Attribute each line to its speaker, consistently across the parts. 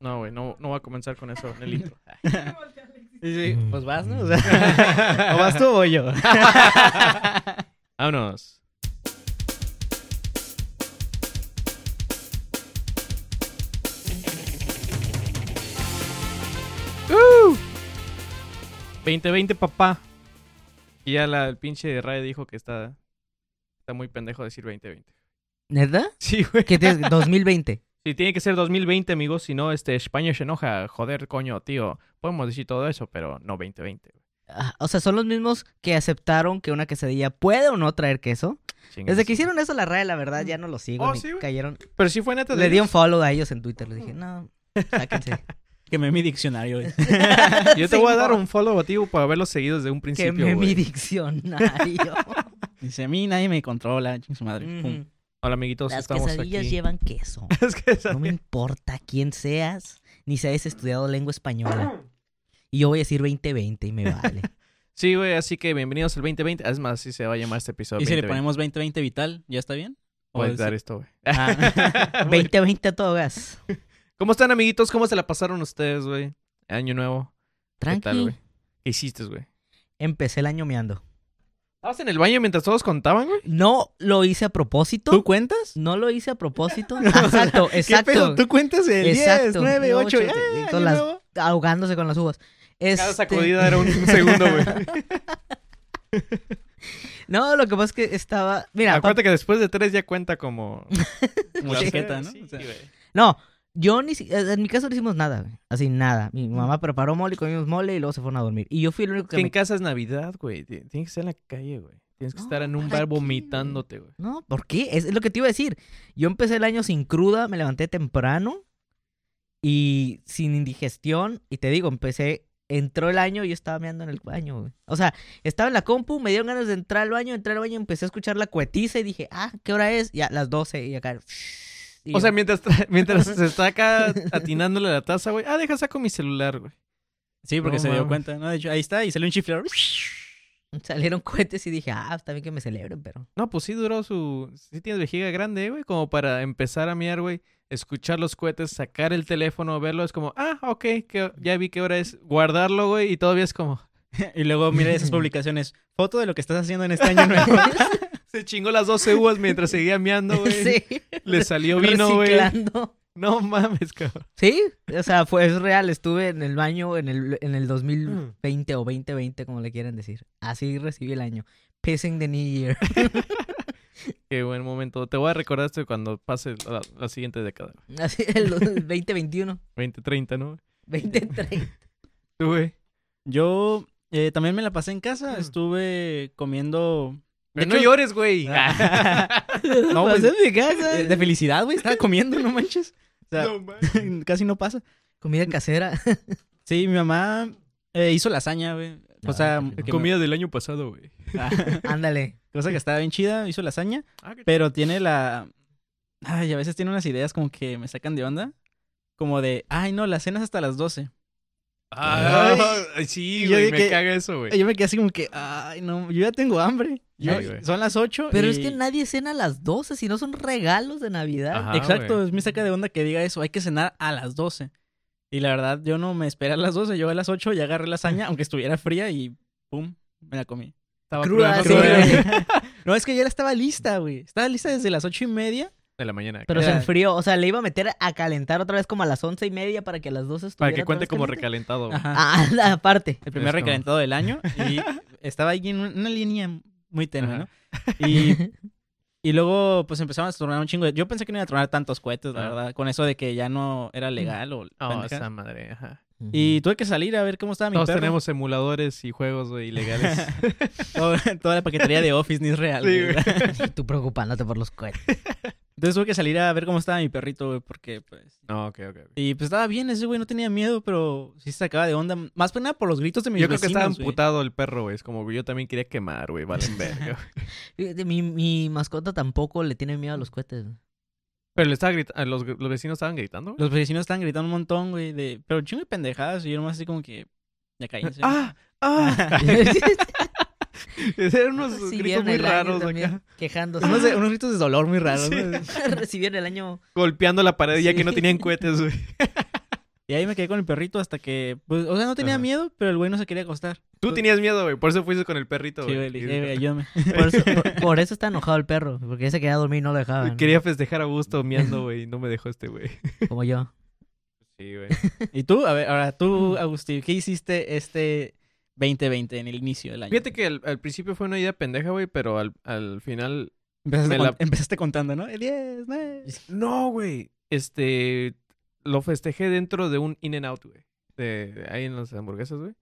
Speaker 1: No, güey, no, no voy a comenzar con eso en el intro.
Speaker 2: Sí, sí,
Speaker 3: Mm.
Speaker 2: pues vas, ¿no? O, sea, ¿o vas tú o voy yo.
Speaker 1: Vámonos. ¡Uh! 2020, papá. Y ya la, el pinche de Ray dijo que está, está muy pendejo decir 2020.
Speaker 2: ¿Neta?
Speaker 1: Sí, güey.
Speaker 2: ¿Qué tienes? 2020.
Speaker 1: Si tiene que ser 2020, amigos, si no, este, España se enoja. Joder, coño, tío. Podemos decir todo eso, pero no 2020. güey.
Speaker 2: Ah, O sea, son los mismos que aceptaron que una quesadilla puede o no traer queso.
Speaker 1: Chingas.
Speaker 2: Desde que hicieron eso la RAE, la verdad, ya no lo sigo.
Speaker 1: Oh,
Speaker 2: ni
Speaker 1: sí, güey.
Speaker 2: cayeron.
Speaker 1: Pero sí fue neta de
Speaker 2: Le di un
Speaker 1: ellos.
Speaker 2: follow a ellos en Twitter. Les dije, no, sáquense.
Speaker 3: Quemé mi diccionario. güey.
Speaker 1: Yo te voy a dar un follow a ti güey, para verlos seguidos desde un
Speaker 2: Que
Speaker 1: principio,
Speaker 2: me mi
Speaker 1: güey.
Speaker 2: diccionario.
Speaker 3: Dice, a mí nadie me controla, chingue su madre. Pum.
Speaker 2: Ujú.
Speaker 1: Hola, amiguitos,
Speaker 2: Las
Speaker 1: estamos
Speaker 2: quesadillas
Speaker 1: aquí.
Speaker 2: llevan queso.
Speaker 1: Es que esa-
Speaker 2: No me importa quién seas, ni si hayas estudiado lengua española. Y yo voy a decir 2020 y me vale.
Speaker 1: Sí, güey, así que bienvenidos al 2020. Es más, sí se va a llamar este episodio.
Speaker 3: ¿Y si le
Speaker 1: 2020.
Speaker 3: ponemos 2020 vital? ¿Ya está bien? ¿O
Speaker 1: Voy a
Speaker 3: es-
Speaker 1: editar esto, güey.
Speaker 3: Ah.
Speaker 2: 2020 a todo gas.
Speaker 1: ¿Cómo están, amiguitos? ¿Cómo se la pasaron ustedes, güey? Año nuevo. ¿Qué tal,
Speaker 2: Tranqui.
Speaker 1: güey? ¿Qué hiciste, güey?
Speaker 2: Empecé el año meando.
Speaker 1: ¿Estabas en el baño mientras todos contaban, güey?
Speaker 2: No lo hice a propósito.
Speaker 3: ¿Tú cuentas?
Speaker 2: No lo hice a propósito. Exacto, exacto.
Speaker 3: ¿Qué pedo? ¿Tú cuentas el
Speaker 2: Exacto.
Speaker 3: 10, 9, 8?
Speaker 2: Ocho, sí, con las- Ahogándose con las uvas.
Speaker 1: Cada
Speaker 2: Este,
Speaker 1: sacudida era un segundo, güey.
Speaker 2: No, lo que pasa es que estaba. Mira, pa-
Speaker 1: Acuérdate que después de tres ya cuenta como...
Speaker 3: Como
Speaker 1: Sí,
Speaker 3: chaqueta, ¿no?
Speaker 1: sí,
Speaker 3: O sea,
Speaker 1: güey.
Speaker 2: no, yo ni si- En mi caso no hicimos nada, güey. Así nada.
Speaker 1: Mm.
Speaker 2: Mi mamá preparó mole, comimos mole y luego se fueron a dormir. Y yo fui el único que
Speaker 1: Que en
Speaker 2: me.
Speaker 1: casa es Navidad, güey. Ti- Tienes que estar en la calle, güey. Tienes que
Speaker 2: No,
Speaker 1: estar en un
Speaker 2: Ah, ¿para
Speaker 1: bar
Speaker 2: qué, güey?
Speaker 1: vomitándote, güey.
Speaker 2: No, ¿por qué? Es, es lo que te iba a decir. Yo empecé el año sin cruda, me levanté temprano y sin indigestión. Y te digo, empecé. Entró el año y yo estaba meando en el baño, güey. O sea, estaba en la compu, me dieron ganas de entrar al baño, entré al baño, empecé a escuchar la cuetiza y dije, ah, ¿qué hora es? Ya, las 12 y acá. y
Speaker 1: O
Speaker 2: yo,
Speaker 1: sea, mientras, tra- mientras se está acá atinándole la taza, güey. Ah, deja saco mi celular, güey.
Speaker 3: Sí, porque
Speaker 1: No
Speaker 3: se dio
Speaker 1: mames.
Speaker 3: cuenta, ¿no? De hecho, ahí está y salió un chiflador.
Speaker 2: salieron cohetes y dije, ah, está bien que me celebren, pero.
Speaker 1: No, pues sí duró su... Sí tienes vejiga grande, eh, güey. Como para empezar a miar, güey. Escuchar los cohetes, sacar el teléfono, verlo. Es como, ah, ok, que ya vi qué hora es. Guardarlo, güey. Y todavía es como...
Speaker 3: Y luego mira esas publicaciones. Foto de lo que estás haciendo en este año nuevo.
Speaker 1: Se chingó las 12 uvas mientras seguía meando, güey.
Speaker 2: sí,
Speaker 1: Le salió vino, güey.
Speaker 2: reciclando.
Speaker 1: No mames, cabrón.
Speaker 2: Sí, o sea, fue es real. Estuve en el baño en el, en el 2020 o 2020, como le quieran decir. Así recibí el año. Pissing the New Year.
Speaker 1: Qué buen momento. Te voy a recordar esto cuando pase la, la siguiente década.
Speaker 2: Así el 2021,
Speaker 1: 2030, ¿no?
Speaker 2: 2030.
Speaker 1: Tú, güey.
Speaker 3: Yo eh, también me la pasé en casa.
Speaker 1: Mm.
Speaker 3: Estuve comiendo...
Speaker 1: Pero
Speaker 3: De
Speaker 1: no
Speaker 3: hecho- Ah,
Speaker 1: llores, güey. Ah,
Speaker 3: No, pues,
Speaker 2: Pasé en mi
Speaker 3: eh,
Speaker 2: casa.
Speaker 3: de felicidad, güey. Estaba comiendo, no manches. O sea,
Speaker 1: No mames.
Speaker 3: casi no pasa.
Speaker 2: Comida casera.
Speaker 3: Sí, mi mamá eh, hizo lasaña, güey.
Speaker 2: No,
Speaker 3: Cosa,
Speaker 2: qué rico.
Speaker 3: que
Speaker 1: Comida del año pasado, güey.
Speaker 3: me-
Speaker 2: Ándale.
Speaker 3: cosa que estaba bien chida, hizo lasaña,
Speaker 1: Ah, qué
Speaker 3: pero tiene la... Ay, a veces tiene unas ideas como que me sacan de onda. Como de, ay, no, la cena es hasta las 12.
Speaker 1: Ah, sí,
Speaker 3: Yo
Speaker 1: güey,
Speaker 3: vi
Speaker 1: me
Speaker 3: que-
Speaker 1: caga eso, güey.
Speaker 3: Yo me quedé así como que, ay, no, yo ya tengo hambre. Yo-
Speaker 1: Ay, güey.
Speaker 3: son las 8.
Speaker 2: Pero
Speaker 3: y-
Speaker 2: es que nadie cena a las 12, si no son regalos de Navidad.
Speaker 1: Ajá.
Speaker 3: Exacto,
Speaker 1: Ah, güey.
Speaker 3: es- me saca de onda que diga eso, hay que cenar a las 12. Y la verdad, yo no me esperé a las 12, yo a las 8 ya agarré lasaña, aunque estuviera fría y pum, me la comí.
Speaker 1: Estaba cruda,
Speaker 2: cruda, Ah, sí,
Speaker 1: cruda.
Speaker 3: Pero-
Speaker 2: güey.
Speaker 3: no, es que ya la estaba lista, güey. Estaba lista desde las ocho y media.
Speaker 1: De la mañana.
Speaker 2: Pero se
Speaker 3: Ya.
Speaker 2: enfrió. O sea, le iba a meter a calentar otra vez como a las once y media para que a las 12 estuviera.
Speaker 1: para que
Speaker 2: otra
Speaker 1: cuente
Speaker 2: vez
Speaker 1: como
Speaker 2: caliente.
Speaker 1: recalentado. güey.
Speaker 3: Ajá.
Speaker 2: Ah, la- aparte.
Speaker 3: El primer
Speaker 1: Es como-
Speaker 3: recalentado del año. Y estaba ahí en un- una línea muy tenue,
Speaker 1: Ajá.
Speaker 3: ¿no? Y, y luego, pues empezaron a tronar un chingo de. Yo pensé que no iba a tronar tantos cohetes, la
Speaker 1: Ah.
Speaker 3: verdad. Con eso de que ya no era legal o.
Speaker 1: Oh,
Speaker 3: pendejada.
Speaker 1: esa madre, ajá.
Speaker 3: Y tuve que salir a ver cómo estaba mi
Speaker 1: Todos
Speaker 3: perro.
Speaker 1: tenemos emuladores y juegos, güey, ilegales.
Speaker 3: Todo- toda la paquetería de Office ni es real.
Speaker 1: Sí,
Speaker 3: güey.
Speaker 2: Y tú preocupándote por los cohetes.
Speaker 3: Entonces tuve que salir a ver cómo estaba mi perrito, güey, porque pues.
Speaker 1: no, ok, ok. ok.
Speaker 3: Y pues estaba bien, ese güey no tenía miedo, pero sí se sacaba de onda. Más que nada por los gritos de mis
Speaker 1: Yo creo que estaba
Speaker 3: vecinos, güey.
Speaker 1: amputado el perro, güey. Es como, güey, yo también quería quemar, güey. Vale, verga. güey.
Speaker 2: Fíjate, Mi, mi mascota tampoco le tiene miedo a los cohetes. güey.
Speaker 1: Pero le estaba gritando. Los, los vecinos estaban gritando, güey.
Speaker 3: Los vecinos estaban gritando un montón, güey, de... Pero chingo de pendejadas, y yo nomás así como que... Ya caí.
Speaker 1: ¡Ah! ¡Ah! Eran unos gritos
Speaker 2: Recibieron
Speaker 1: muy
Speaker 2: el año
Speaker 1: raros
Speaker 2: también, Ah.
Speaker 1: acá.
Speaker 2: Quejándose.
Speaker 3: unos, de- unos gritos de dolor muy raros,
Speaker 1: Sí.
Speaker 3: ¿no?
Speaker 2: Recibieron el año.
Speaker 1: Golpeando la pared ya que
Speaker 2: Sí.
Speaker 1: no tenían cohetes, güey.
Speaker 3: Y ahí me quedé con el perrito hasta que, pues, o sea, no tenía
Speaker 1: Ajá.
Speaker 3: miedo, pero el güey no se quería acostar.
Speaker 1: Tú tenías miedo, güey. Por eso fuiste con el perrito,
Speaker 3: Sí,
Speaker 1: güey.
Speaker 3: güey, le
Speaker 1: Y-
Speaker 3: dije, "Eh, ayúdame.
Speaker 2: Por eso, por- por eso está enojado el perro, porque ya se quería dormir y no lo dejaban. ¿no?
Speaker 1: Quería festejar a gusto miando, güey. y No me dejó este, güey.
Speaker 2: Como yo.
Speaker 1: Sí, güey.
Speaker 3: ¿Y tú? A ver, ahora tú, Agustín, ¿qué hiciste este 2020 en el inicio del año?
Speaker 1: Fíjate que al, al principio fue una idea pendeja, güey, pero al, al final...
Speaker 3: empezaste,
Speaker 1: me la-
Speaker 3: cont- empezaste contando, ¿no? El 10, 9.
Speaker 1: No, güey. Este, lo festejé dentro de un In-N-Out, güey. De, ahí en las hamburguesas, güey.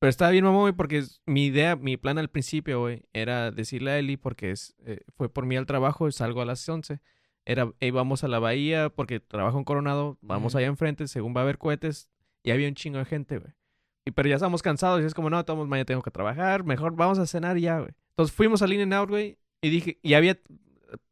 Speaker 1: Pero estaba bien, mamón, güey, porque es- mi idea, mi plan al principio, güey, era decirle a Eli, porque es, eh, fue por mí al trabajo, salgo a las 11. Era, "Ey, vamos a la bahía, porque trabajo en Coronado, vamos
Speaker 3: Ujú.
Speaker 1: allá enfrente, según va a haber cohetes. Y había un chingo de gente, güey. Y pero ya estamos cansados y es como, no, estamos mañana tengo que trabajar, mejor vamos a cenar ya, güey. Entonces fuimos al In-N-Out, güey, y dije, y había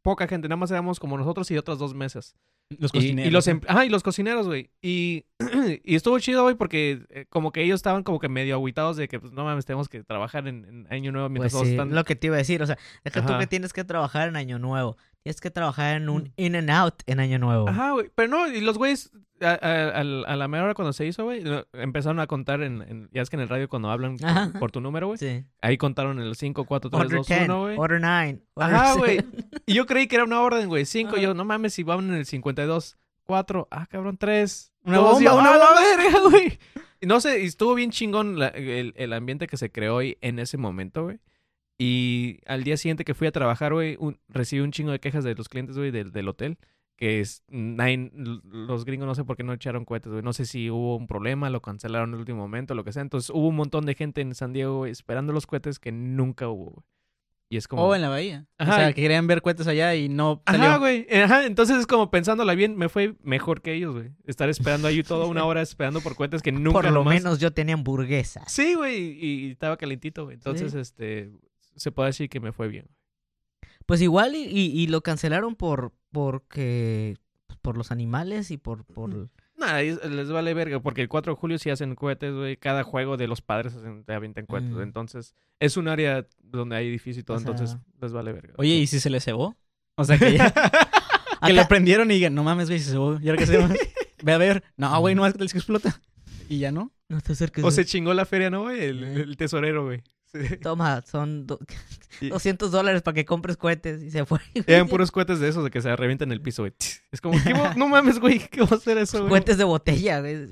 Speaker 1: poca gente, nada más éramos como nosotros y otras dos mesas.
Speaker 3: Los
Speaker 1: Y- Y,
Speaker 3: cocineros.
Speaker 1: los, em- ajá, y los cocineros, güey. Y, y estuvo chido, güey, porque eh, como que ellos estaban como que medio agüitados de que, pues, no mames, tenemos que trabajar en, en Año Nuevo mientras
Speaker 2: Pues
Speaker 1: todos
Speaker 2: sí,
Speaker 1: están...
Speaker 2: lo que te iba a decir, o sea, deja tú
Speaker 1: Ajá. Mm.
Speaker 2: que tienes que trabajar en Año Nuevo, tienes que trabajar en un in and out en Año Nuevo.
Speaker 1: Ajá, güey. Pero no, y los güeyes, a, a- al- a la mera hora cuando se hizo, güey, lo- empezaron a contar en, en- Ya es que en el radio cuando hablan por-
Speaker 2: Ajá.
Speaker 1: por, tu número, güey.
Speaker 2: Sí.
Speaker 1: Ahí contaron el 5, 4, 3,
Speaker 2: Order
Speaker 1: 2,
Speaker 2: 10,
Speaker 1: 1, güey.
Speaker 2: order 9, order
Speaker 1: Ajá,
Speaker 2: 7.
Speaker 1: güey. Y yo creí que era una orden, güey. 5,
Speaker 2: Ajá.
Speaker 1: yo, no mames, si van en el 52. 4, ah, cabrón, 3.
Speaker 3: Una bomba, una bomba.
Speaker 1: "Ah, verga, güey. Y No sé, y estuvo bien chingón la- el, el ambiente que se creó ahí en ese momento, güey. Y al día siguiente que fui a trabajar, güey, un- recibí un chingo de quejas de los clientes, güey, del, del hotel. Que es, nadie- los gringos no sé por qué no echaron cohetes, güey. No sé si hubo un problema, lo cancelaron en el último momento, lo que sea. Entonces hubo un montón de gente en San Diego, güey, esperando los cohetes que nunca hubo, güey. Y es como...
Speaker 3: O Oh, en la bahía.
Speaker 1: Ajá.
Speaker 3: O sea, que querían ver cohetes allá y no salió.
Speaker 1: Ajá, güey. Ajá, entonces es como pensándola bien, me fue mejor que ellos, güey. Estar esperando ahí toda una hora esperando por cuentas que nunca
Speaker 2: Por lo
Speaker 1: nomás-
Speaker 2: menos yo tenía hamburguesas.
Speaker 1: Sí, güey, y, y estaba calentito, güey. Entonces, este, se puede decir que me fue bien.
Speaker 2: Pues igual y, y- y lo cancelaron por porque pues, por los animales y por por
Speaker 1: Nada, es- les vale verga, porque el 4 de julio sí hacen cohetes, güey. Cada juego de los padres hacen, te avientan cohetes.
Speaker 2: Mm.
Speaker 1: Entonces, es un área donde hay edificio y todo,
Speaker 2: O sea-
Speaker 1: entonces les vale verga.
Speaker 3: Oye, ¿y si se le cebó? O sea, que ya... que le
Speaker 2: Acá-
Speaker 3: prendieron y digan, no mames, güey, se cebó. ¿Y ahora qué hacemos? Ve a ver. No, güey, no es que explota. Y ya no.
Speaker 2: no te acerques.
Speaker 1: o
Speaker 2: güey.
Speaker 1: se chingó la feria, ¿no, güey? El, el tesorero, güey. Sí.
Speaker 2: Toma, son do-
Speaker 1: Y-
Speaker 2: 200 dólares para que compres cohetes y se fue.
Speaker 1: Eran puros cohetes de esos de que se revientan en el piso, güey. Es como, ¿qué vo- no mames, güey, ¿qué va a hacer eso, güey?
Speaker 2: cohetes de botella, güey.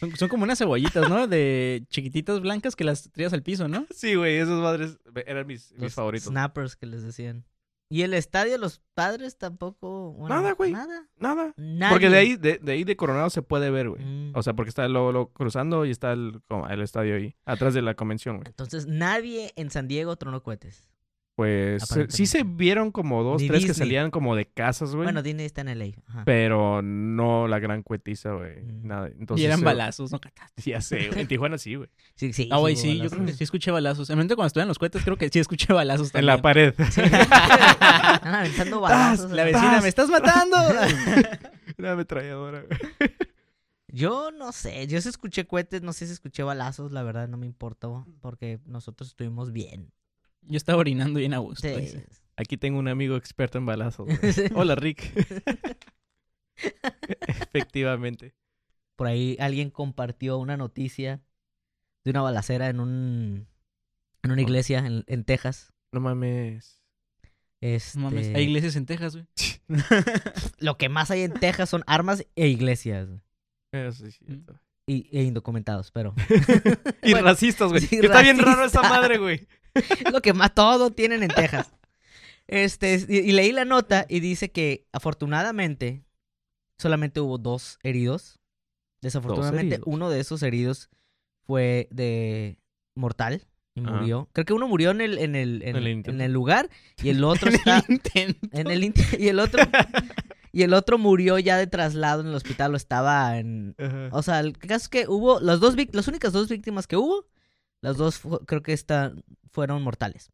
Speaker 3: Son, son como unas cebollitas, ¿no? De chiquititas blancas que las tiras al piso, ¿no?
Speaker 1: Sí, güey, esos madres eran mis, mis
Speaker 2: Los
Speaker 1: favoritos.
Speaker 2: Snappers que les decían. Y el estadio de los padres tampoco. bueno,
Speaker 1: Nada, güey.
Speaker 2: Nada.
Speaker 1: Nada.
Speaker 2: Nadie.
Speaker 1: Porque de ahí, de, de ahí de Coronado se puede ver, güey.
Speaker 2: Mm.
Speaker 1: O sea, porque está luego, luego cruzando y está el, como el estadio ahí, atrás de la convención, güey.
Speaker 2: Entonces nadie en San Diego tronó cohetes.
Speaker 1: Pues se- sí se vieron como dos,
Speaker 2: Ni
Speaker 1: tres que
Speaker 2: Disney.
Speaker 1: salían como de casas, güey.
Speaker 2: Bueno, Disney está en LA. Ajá.
Speaker 1: pero no la gran cuetiza, güey.
Speaker 2: Mm.
Speaker 1: Nada. Entonces,
Speaker 3: y eran
Speaker 1: eh,
Speaker 3: balazos, ¿no?
Speaker 1: Ya sé, güey. En Tijuana sí, güey.
Speaker 2: Sí, sí.
Speaker 3: Ah, güey,
Speaker 2: hubo
Speaker 3: sí, yo
Speaker 2: balazos.
Speaker 3: creo que sí escuché balazos. En momento cuando estuve en los cohetes, creo que sí escuché balazos
Speaker 1: En
Speaker 3: también.
Speaker 1: la pared.
Speaker 2: Sí. Están aventando balazos.
Speaker 3: La vecina,
Speaker 1: ¡Tas!
Speaker 3: ¡me estás matando!
Speaker 1: Una ametralladora, güey.
Speaker 2: Yo no sé, yo sí escuché cohetes, no sé si escuché balazos, la verdad no me importó, porque nosotros estuvimos bien.
Speaker 3: Yo estaba orinando bien a gusto.
Speaker 2: Sí.
Speaker 3: dice.
Speaker 1: Aquí tengo un amigo experto en balazos. güey. Hola, Rick. Efectivamente.
Speaker 2: Por ahí alguien compartió una noticia de una balacera en un en una iglesia en, en Texas.
Speaker 1: No mames.
Speaker 2: Este,
Speaker 3: No mames, hay iglesias en Texas, güey.
Speaker 2: Lo que más hay en Texas son armas e iglesias
Speaker 1: Eso sí
Speaker 2: Mm.
Speaker 1: es cierto.
Speaker 2: y, e indocumentados, pero
Speaker 1: Y
Speaker 2: Bueno,
Speaker 1: racistas, güey.
Speaker 2: sí,
Speaker 1: que está bien raro esa
Speaker 2: racista.
Speaker 1: madre, güey.
Speaker 2: lo que más todo tienen en Texas. Este, y, y leí la nota y dice que afortunadamente solamente hubo dos heridos. Desafortunadamente
Speaker 1: heridos.
Speaker 2: uno de esos heridos fue de mortal y
Speaker 1: Ajá.
Speaker 2: murió. Creo que uno murió en el en el en,
Speaker 1: En el
Speaker 2: en
Speaker 1: intento.
Speaker 2: el lugar y el otro está
Speaker 3: Intento.
Speaker 2: en el int- y el otro y el otro murió ya de traslado en el hospital o estaba en o sea, el caso es que hubo las dos vic- las únicas dos víctimas que hubo, las dos fu- creo que están fueron mortales.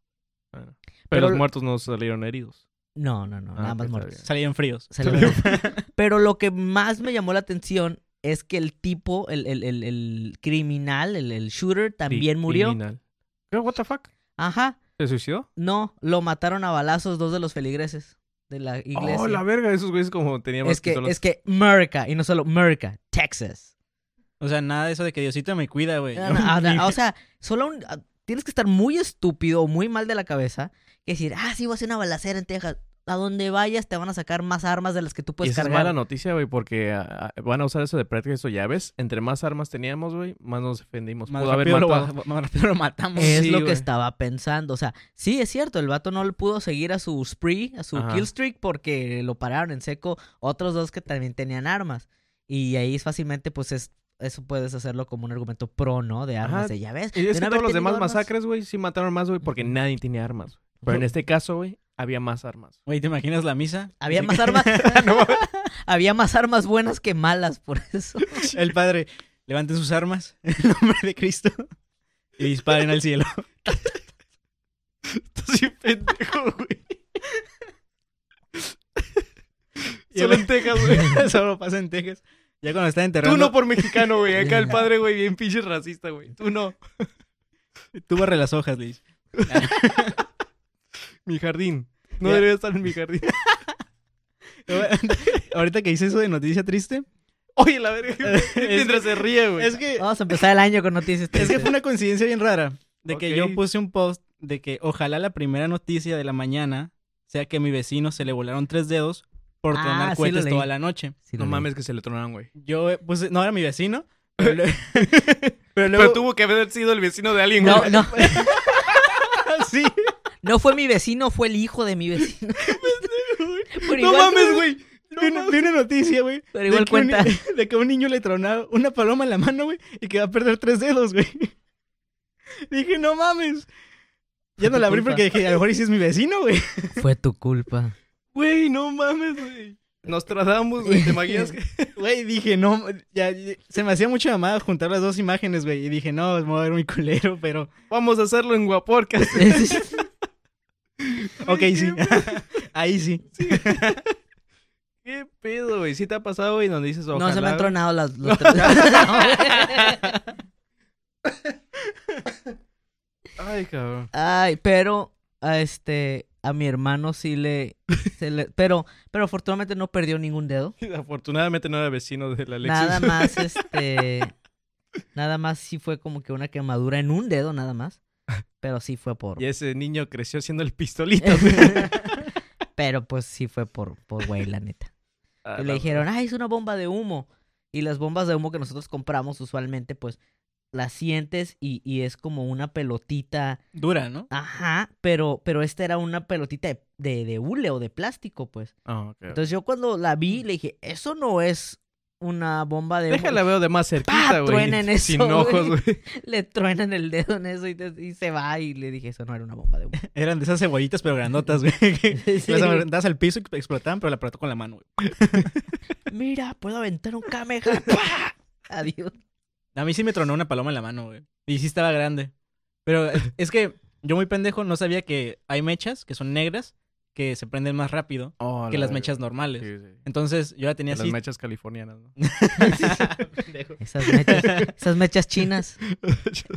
Speaker 1: pero,
Speaker 2: pero-
Speaker 1: los muertos no salieron heridos.
Speaker 2: No, no, no,
Speaker 1: Ah,
Speaker 2: nada
Speaker 1: ok,
Speaker 2: más
Speaker 1: está
Speaker 2: muertos.
Speaker 1: bien.
Speaker 3: Salían fríos.
Speaker 2: Se le- Pero lo que más me llamó la atención es que el tipo, el, el- el- el criminal, el, el shooter, también
Speaker 1: Cri-
Speaker 2: murió.
Speaker 1: criminal. ¿Qué? ¿What the fuck?
Speaker 2: Ajá.
Speaker 1: ¿Se suicidó?
Speaker 2: No, lo mataron a balazos dos de los feligreses. de la iglesia.
Speaker 1: Oh, la verga, esos güeyes como tenían
Speaker 2: es
Speaker 1: más
Speaker 2: que,
Speaker 1: pistolas.
Speaker 2: es que America, y no solo America, Texas.
Speaker 3: O sea, nada de eso de que Diosito me cuida, güey.
Speaker 2: Ah, ah, ah, o sea, solo un- ah, tienes que estar muy estúpido o muy mal de la cabeza que decir, ah, sí, voy a hacer una balacera en Texas. A donde vayas te van a sacar más armas de las que tú
Speaker 1: Y
Speaker 2: puedes
Speaker 1: esa
Speaker 2: pues, cargar.
Speaker 1: es mala noticia, güey, porque ah, ah, van a usar eso de pretexto, ya ves. Entre más armas teníamos, güey, más nos defendimos.
Speaker 3: más,
Speaker 1: Pudo haber
Speaker 3: rápido lo,
Speaker 1: matado.
Speaker 3: ma- más rápido lo matamos.
Speaker 2: Es
Speaker 1: Mm, Sí,
Speaker 2: lo que
Speaker 1: güey.
Speaker 2: estaba pensando. O sea, sí, es cierto, el vato no le pudo seguir a su spree, a su
Speaker 1: Ajá.
Speaker 2: kill streak, porque lo pararon en seco otros dos que también tenían armas. Y ahí es fácilmente, pues, es, eso puedes hacerlo como un argumento pro, ¿no? De armas,
Speaker 1: Ajá.
Speaker 2: de ya ves.
Speaker 1: Y
Speaker 2: de
Speaker 1: es
Speaker 2: no
Speaker 1: que
Speaker 2: haber
Speaker 1: todos los
Speaker 2: tenido
Speaker 1: demás
Speaker 2: armas.
Speaker 1: masacres, güey, sí mataron más, güey, porque nadie tenía armas. Pero en este caso, güey, había más armas.
Speaker 3: Güey, ¿te imaginas la misa?
Speaker 2: Había
Speaker 3: Así
Speaker 2: más armas. Había más armas buenas que malas, por eso.
Speaker 3: que El padre, levanten sus armas en el nombre de Cristo y disparen al cielo.
Speaker 1: Estás bien pendejo, güey.
Speaker 3: Y
Speaker 1: Solo
Speaker 3: el-
Speaker 1: en Texas, güey.
Speaker 3: Solo pasa en Texas. Ya cuando
Speaker 1: Tú
Speaker 3: está
Speaker 1: no
Speaker 3: enterrando,
Speaker 1: por mexicano, güey. Acá el padre, güey, bien pinche racista, güey. Tú no.
Speaker 3: tú, barre las hojas, Liz.
Speaker 1: Mi jardín. No
Speaker 3: Ya.
Speaker 1: debería estar en mi jardín.
Speaker 3: Ahorita que hice eso de noticia triste,
Speaker 1: Oye, la verga. güey.
Speaker 3: que-
Speaker 1: Mientras se ríe, güey.
Speaker 3: es que,
Speaker 2: Vamos a empezar el año con noticias.
Speaker 3: es que
Speaker 2: tristes.
Speaker 3: fue una coincidencia bien rara. De que
Speaker 1: Ok.
Speaker 3: yo puse un post de que ojalá la primera noticia de la mañana sea que a mi vecino se le volaron tres dedos por
Speaker 2: Ah,
Speaker 3: tronar
Speaker 2: sí lo
Speaker 3: cohetes
Speaker 2: leí.
Speaker 3: toda la noche.
Speaker 2: Sí,
Speaker 1: No
Speaker 2: lo vi.
Speaker 1: mames que se le tronaron, güey.
Speaker 3: Yo, eh, pues, no era mi vecino. Pero, lue- pero
Speaker 1: Pero
Speaker 3: luego.
Speaker 1: tuvo que haber sido el vecino de alguien, güey.
Speaker 2: No, no,
Speaker 3: ah, sí.
Speaker 2: no fue mi vecino, fue el hijo de mi vecino. Pero
Speaker 3: No
Speaker 2: igual-
Speaker 3: mames, güey. Vi una,
Speaker 1: mames.
Speaker 3: vi una noticia, güey.
Speaker 2: Pero
Speaker 3: de
Speaker 2: igual
Speaker 3: que un-
Speaker 2: cuenta.
Speaker 3: de que a un niño le tronaba una paloma en la mano, güey. Y que va a perder tres dedos, güey. Dije, no mames. Ya no la abrí
Speaker 1: Culpa.
Speaker 3: porque dije, a lo mejor y sí es mi vecino, güey.
Speaker 2: Fue tu culpa.
Speaker 1: Güey, no mames, güey. Nos tratamos, güey. ¿Te imaginas que.?
Speaker 3: Güey, dije, no. Ya, ya- se me hacía mucha mamada juntar las dos imágenes, güey. Y dije, no, me voy a ver muy culero, pero.
Speaker 1: Vamos a hacerlo en Guaporca.
Speaker 3: Ok, sí. Ahí sí.
Speaker 1: ¿Qué pedo, güey? ¿Sí te ha pasado, güey? Donde dices, ojalá.
Speaker 2: No, se me han
Speaker 1: güey?
Speaker 2: tronado las, los tres-
Speaker 1: Ay, cabrón.
Speaker 2: Ay, pero a este a mi hermano sí le, se le- pero pero afortunadamente no perdió ningún dedo.
Speaker 1: Afortunadamente no era vecino de la Alexis.
Speaker 2: Nada más este nada más sí fue como que una quemadura en un dedo nada más, pero sí fue por
Speaker 1: Y ese niño creció siendo el
Speaker 2: Eh,
Speaker 1: pistolito.
Speaker 2: pero pues sí fue por por güey, la neta.
Speaker 1: Ah,
Speaker 2: Y
Speaker 1: la-
Speaker 2: le dijeron, "Ay, es una bomba de humo." Y las bombas de humo que nosotros compramos usualmente pues las sientes y, y es como una pelotita
Speaker 3: Dura, ¿no?
Speaker 2: Ajá, pero, pero esta era una pelotita de, de, de hule o de plástico, pues.
Speaker 1: Ah, ok.
Speaker 2: Entonces yo cuando la vi, le dije, eso no es una bomba de humo".
Speaker 1: Déjala veo de más cerquita,
Speaker 2: ¡Pah!
Speaker 1: güey.
Speaker 2: Truena en eso,
Speaker 1: Sin ojos,
Speaker 2: güey.
Speaker 1: güey.
Speaker 2: Le truenan el dedo en eso y, te- y se va. Y le dije, eso no era una bomba de humo.
Speaker 3: Eran de esas cebollitas, pero grandotas, güey. que
Speaker 2: Sí.
Speaker 3: Las aventadas al piso y explotaban, pero la apretó con la mano, güey.
Speaker 2: Mira, puedo aventar un cameja. ¡Pah! Adiós.
Speaker 3: A mí sí me tronó una paloma en la mano, güey. Y sí estaba grande. Pero es- es que yo muy pendejo no sabía que hay mechas que son negras que se prenden más rápido que las mechas normales. Entonces yo la tenía
Speaker 1: Las
Speaker 3: así.
Speaker 1: mechas californianas, ¿no?
Speaker 2: Esas mechas, esas mechas chinas.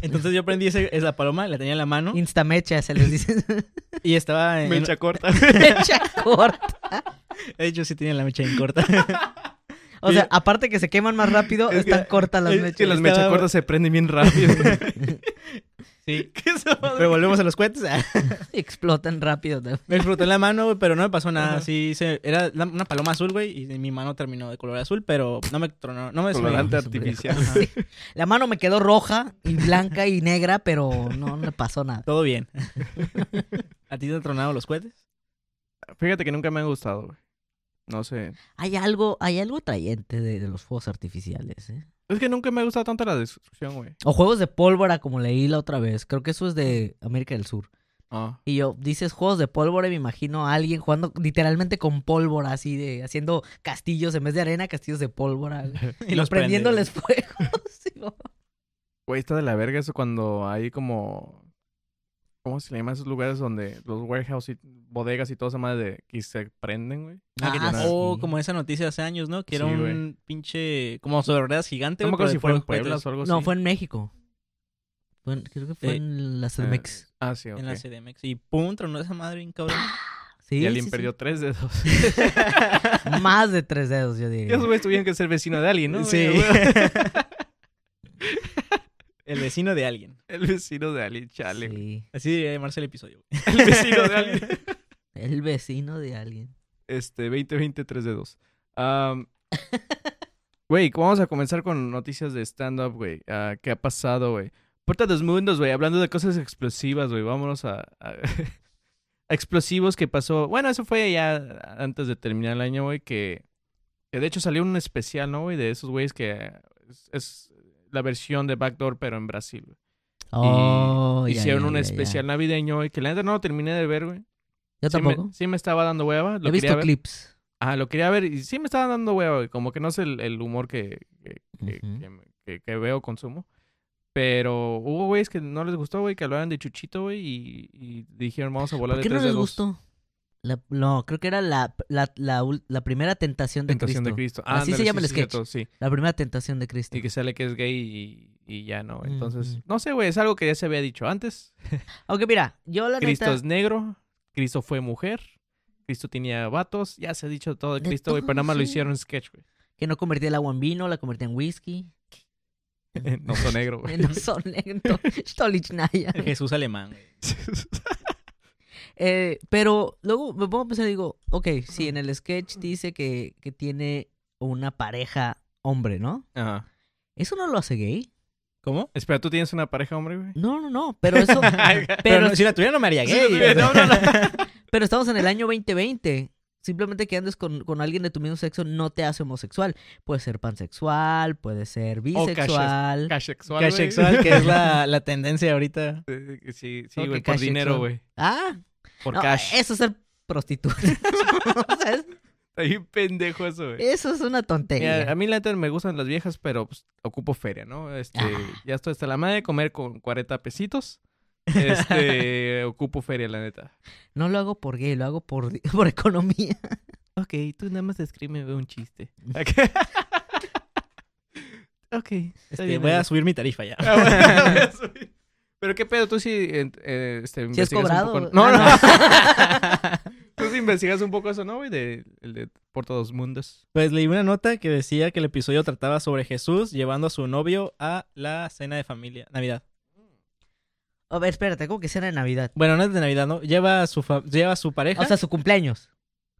Speaker 3: Entonces yo prendí ese- esa paloma, la tenía en la mano
Speaker 2: Instamecha, se les dice.
Speaker 3: y estaba en,
Speaker 1: Mecha corta.
Speaker 2: mecha corta.
Speaker 3: De hecho, sí tenía la mecha bien corta.
Speaker 2: O sea, aparte que se queman más rápido,
Speaker 1: Es que-
Speaker 2: están cortas las
Speaker 1: Es
Speaker 2: mechas.
Speaker 1: que las mechas
Speaker 3: Estaba-
Speaker 1: cortas se prenden bien rápido.
Speaker 3: sí.
Speaker 1: ¿Qué es esa madre?
Speaker 3: Pero volvemos a los cohetes. Ah,
Speaker 2: Explotan rápido. también.
Speaker 3: Me explotó en la mano, güey, pero no me pasó nada.
Speaker 1: Ajá.
Speaker 3: Sí, se- era la- una paloma azul, güey, y mi mano terminó de color azul, pero no me tronó, no me
Speaker 1: Colorante
Speaker 3: desmayé.
Speaker 1: artificial.
Speaker 3: Ajá.
Speaker 2: La mano me quedó roja y blanca y negra, pero no le pasó nada.
Speaker 3: Todo bien. ¿A ti te han tronado los cohetes?
Speaker 1: Fíjate que nunca me han gustado, güey. No sé.
Speaker 2: Hay algo, hay algo atrayente de, de los fuegos artificiales, ¿eh?
Speaker 1: Es que nunca me ha gustado tanto la destrucción, güey.
Speaker 2: O juegos de pólvora, como leí la otra vez. Creo que eso es de América del Sur.
Speaker 1: Ah.
Speaker 2: Y yo, dices juegos de pólvora y me imagino a alguien jugando literalmente con pólvora, así de, haciendo castillos en vez de arena, castillos de pólvora. güey.
Speaker 3: Y los
Speaker 2: Prendiéndoles fuegos. sí, ¿no?
Speaker 1: Güey, está de la verga eso cuando hay como... ¿Cómo se le llama a esos lugares donde los warehouse y bodegas y toda esa madre de... que se prenden, güey?
Speaker 3: Ah,
Speaker 2: Ah, sí.
Speaker 3: como esa noticia hace años, ¿no? Que era
Speaker 1: Sí,
Speaker 3: un
Speaker 1: güey.
Speaker 3: pinche. Como sobreveras gigante.
Speaker 1: No me
Speaker 3: güey,
Speaker 1: acuerdo si
Speaker 3: pero
Speaker 1: fue en
Speaker 3: de puros
Speaker 1: Puebla
Speaker 3: cohetes.
Speaker 1: o algo así.
Speaker 2: No, fue en México. Fue en- creo que fue
Speaker 3: Eh,
Speaker 2: en la
Speaker 1: Eh,
Speaker 2: CDMX.
Speaker 1: Ah, sí, ok.
Speaker 3: En la CDMX. Y pum, tronó esa madre, bien cabrón.
Speaker 2: Sí,
Speaker 1: y alguien
Speaker 2: sí, sí.
Speaker 1: perdió tres dedos.
Speaker 2: Más de tres dedos, yo diría.
Speaker 1: Esos güeyes tuvieron que ser vecino de alguien, ¿no?
Speaker 3: Sí.
Speaker 1: Güey, güey.
Speaker 3: El vecino de alguien.
Speaker 1: El vecino de alguien, chale. güey.
Speaker 2: Sí,
Speaker 3: Así debería llamarse el episodio. güey.
Speaker 1: El vecino de alguien.
Speaker 2: el vecino de alguien.
Speaker 1: Este, 2020, tres dedos. Am, Güey, vamos a comenzar con noticias de stand-up, güey. Ah, ¿Qué ha pasado, güey? Puerta de los mundos, güey. Hablando de cosas explosivas, güey. Vámonos a, a- a explosivos que pasó. Bueno, eso fue ya antes de terminar el año, güey. Que, que de hecho salió un especial, ¿no, güey? De esos güeyes que es, es la versión de Backdoor, pero en Brasil, güey.
Speaker 2: Oh, ya,
Speaker 1: Hicieron
Speaker 2: ya,
Speaker 1: un
Speaker 2: ya, ya.
Speaker 1: especial navideño, güey. Que la neta no lo terminé de ver, güey.
Speaker 2: Yo
Speaker 1: Sí me-
Speaker 2: tampoco.
Speaker 1: Sí me, estaba dando hueva. Lo
Speaker 2: He visto
Speaker 1: quería ver.
Speaker 2: clips.
Speaker 1: Ah, lo quería ver y sí me estaba dando hueva, güey. Como que no es el, el humor que, que, que-
Speaker 2: Ujú.
Speaker 1: que me- que- que veo, consumo. Pero hubo güeyes que no les gustó, güey, que hablaban de Chuchito, güey, y, y dijeron, vamos a volar
Speaker 2: ¿Por
Speaker 1: de
Speaker 2: qué no
Speaker 1: tres
Speaker 2: les
Speaker 1: dedos".
Speaker 2: gustó? La- no, creo que era la, la, la ul- la primera tentación de
Speaker 1: Tentación
Speaker 2: Cristo.
Speaker 1: de Cristo.
Speaker 2: Así se
Speaker 1: Ándale,
Speaker 2: llama
Speaker 1: sí,
Speaker 2: el
Speaker 1: sí,
Speaker 2: sketch.
Speaker 1: cierto, sí.
Speaker 2: La primera tentación de Cristo.
Speaker 1: Y que sale que es gay y, y ya no. Entonces,
Speaker 2: Ujú.
Speaker 1: no sé, güey, es algo que ya se había dicho antes.
Speaker 2: Aunque mira, yo la
Speaker 1: Cristo
Speaker 2: neta...
Speaker 1: es negro, Cristo fue mujer, Cristo tenía vatos, ya se ha dicho todo de
Speaker 2: De
Speaker 1: Cristo, güey, pero
Speaker 2: todo,
Speaker 1: nada más lo
Speaker 2: sí.
Speaker 1: hicieron en sketch, güey.
Speaker 2: Que no convertí el agua en vino, la convertí en whisky.
Speaker 1: no son negro, güey.
Speaker 2: No son lento. Stolichnaya.
Speaker 3: El Jesús alemán. güey.
Speaker 2: Eh, pero luego me pongo a pensar y digo, ok, sí, en el sketch dice que, que tiene una pareja hombre, ¿no?
Speaker 1: Ajá.
Speaker 2: ¿Eso no lo hace gay?
Speaker 3: ¿Cómo?
Speaker 1: Espera, ¿tú tienes una pareja, hombre, güey?
Speaker 2: No, no, no, pero eso...
Speaker 3: Pero, no, si la tuviera no me haría
Speaker 1: Si
Speaker 3: gay.
Speaker 1: la tuviera,
Speaker 3: o sea.
Speaker 1: no, no, no.
Speaker 2: Pero estamos en el año 2020. Simplemente que andes con, con alguien de tu mismo sexo no te hace homosexual. Puede ser pansexual, puede ser
Speaker 1: Cachexual.
Speaker 2: bisexual.
Speaker 1: güey.
Speaker 3: Cachexual, que es la, la tendencia ahorita.
Speaker 1: Eh, Sí, sí,
Speaker 2: ¿Cómo
Speaker 1: güey,
Speaker 2: que
Speaker 1: por
Speaker 2: cash
Speaker 1: dinero,
Speaker 2: sexual?
Speaker 1: güey.
Speaker 2: Ah,
Speaker 1: Por
Speaker 2: no,
Speaker 1: cash.
Speaker 2: eso es ser prostituta. O sea, es-
Speaker 1: Está bien pendejo eso, güey.
Speaker 2: eso es una tontería.
Speaker 1: Mira, a mí la neta me gustan las viejas, pero pues, ocupo feria, ¿no? Este,
Speaker 2: Ah.
Speaker 1: ya estoy hasta la madre de comer con 40 pesitos. Este, ocupo feria, la neta.
Speaker 2: No lo hago por gay, lo hago por, di- por economía.
Speaker 1: Ok, tú nada más escríbeme un chiste. ok.
Speaker 3: Este, voy a subir mi tarifa ya.
Speaker 1: Ah, Pero qué pedo, tú sí, en- eh, este,
Speaker 2: Si
Speaker 1: investigas
Speaker 2: es
Speaker 1: un
Speaker 2: cobrado.
Speaker 1: poco- No,
Speaker 2: Ah,
Speaker 1: no.
Speaker 2: no.
Speaker 1: Tú sí investigas un poco eso, ¿no, güey? De, el de Por Todos Mundos.
Speaker 3: Pues leí una nota que decía que el episodio trataba sobre Jesús llevando a su novio a la cena de familia, Navidad.
Speaker 2: a ver, espérate, ¿cómo que cena de Navidad?
Speaker 3: Bueno, no es de Navidad, ¿no? Lleva a su, fa- lleva a su pareja.
Speaker 2: O sea, su cumpleaños.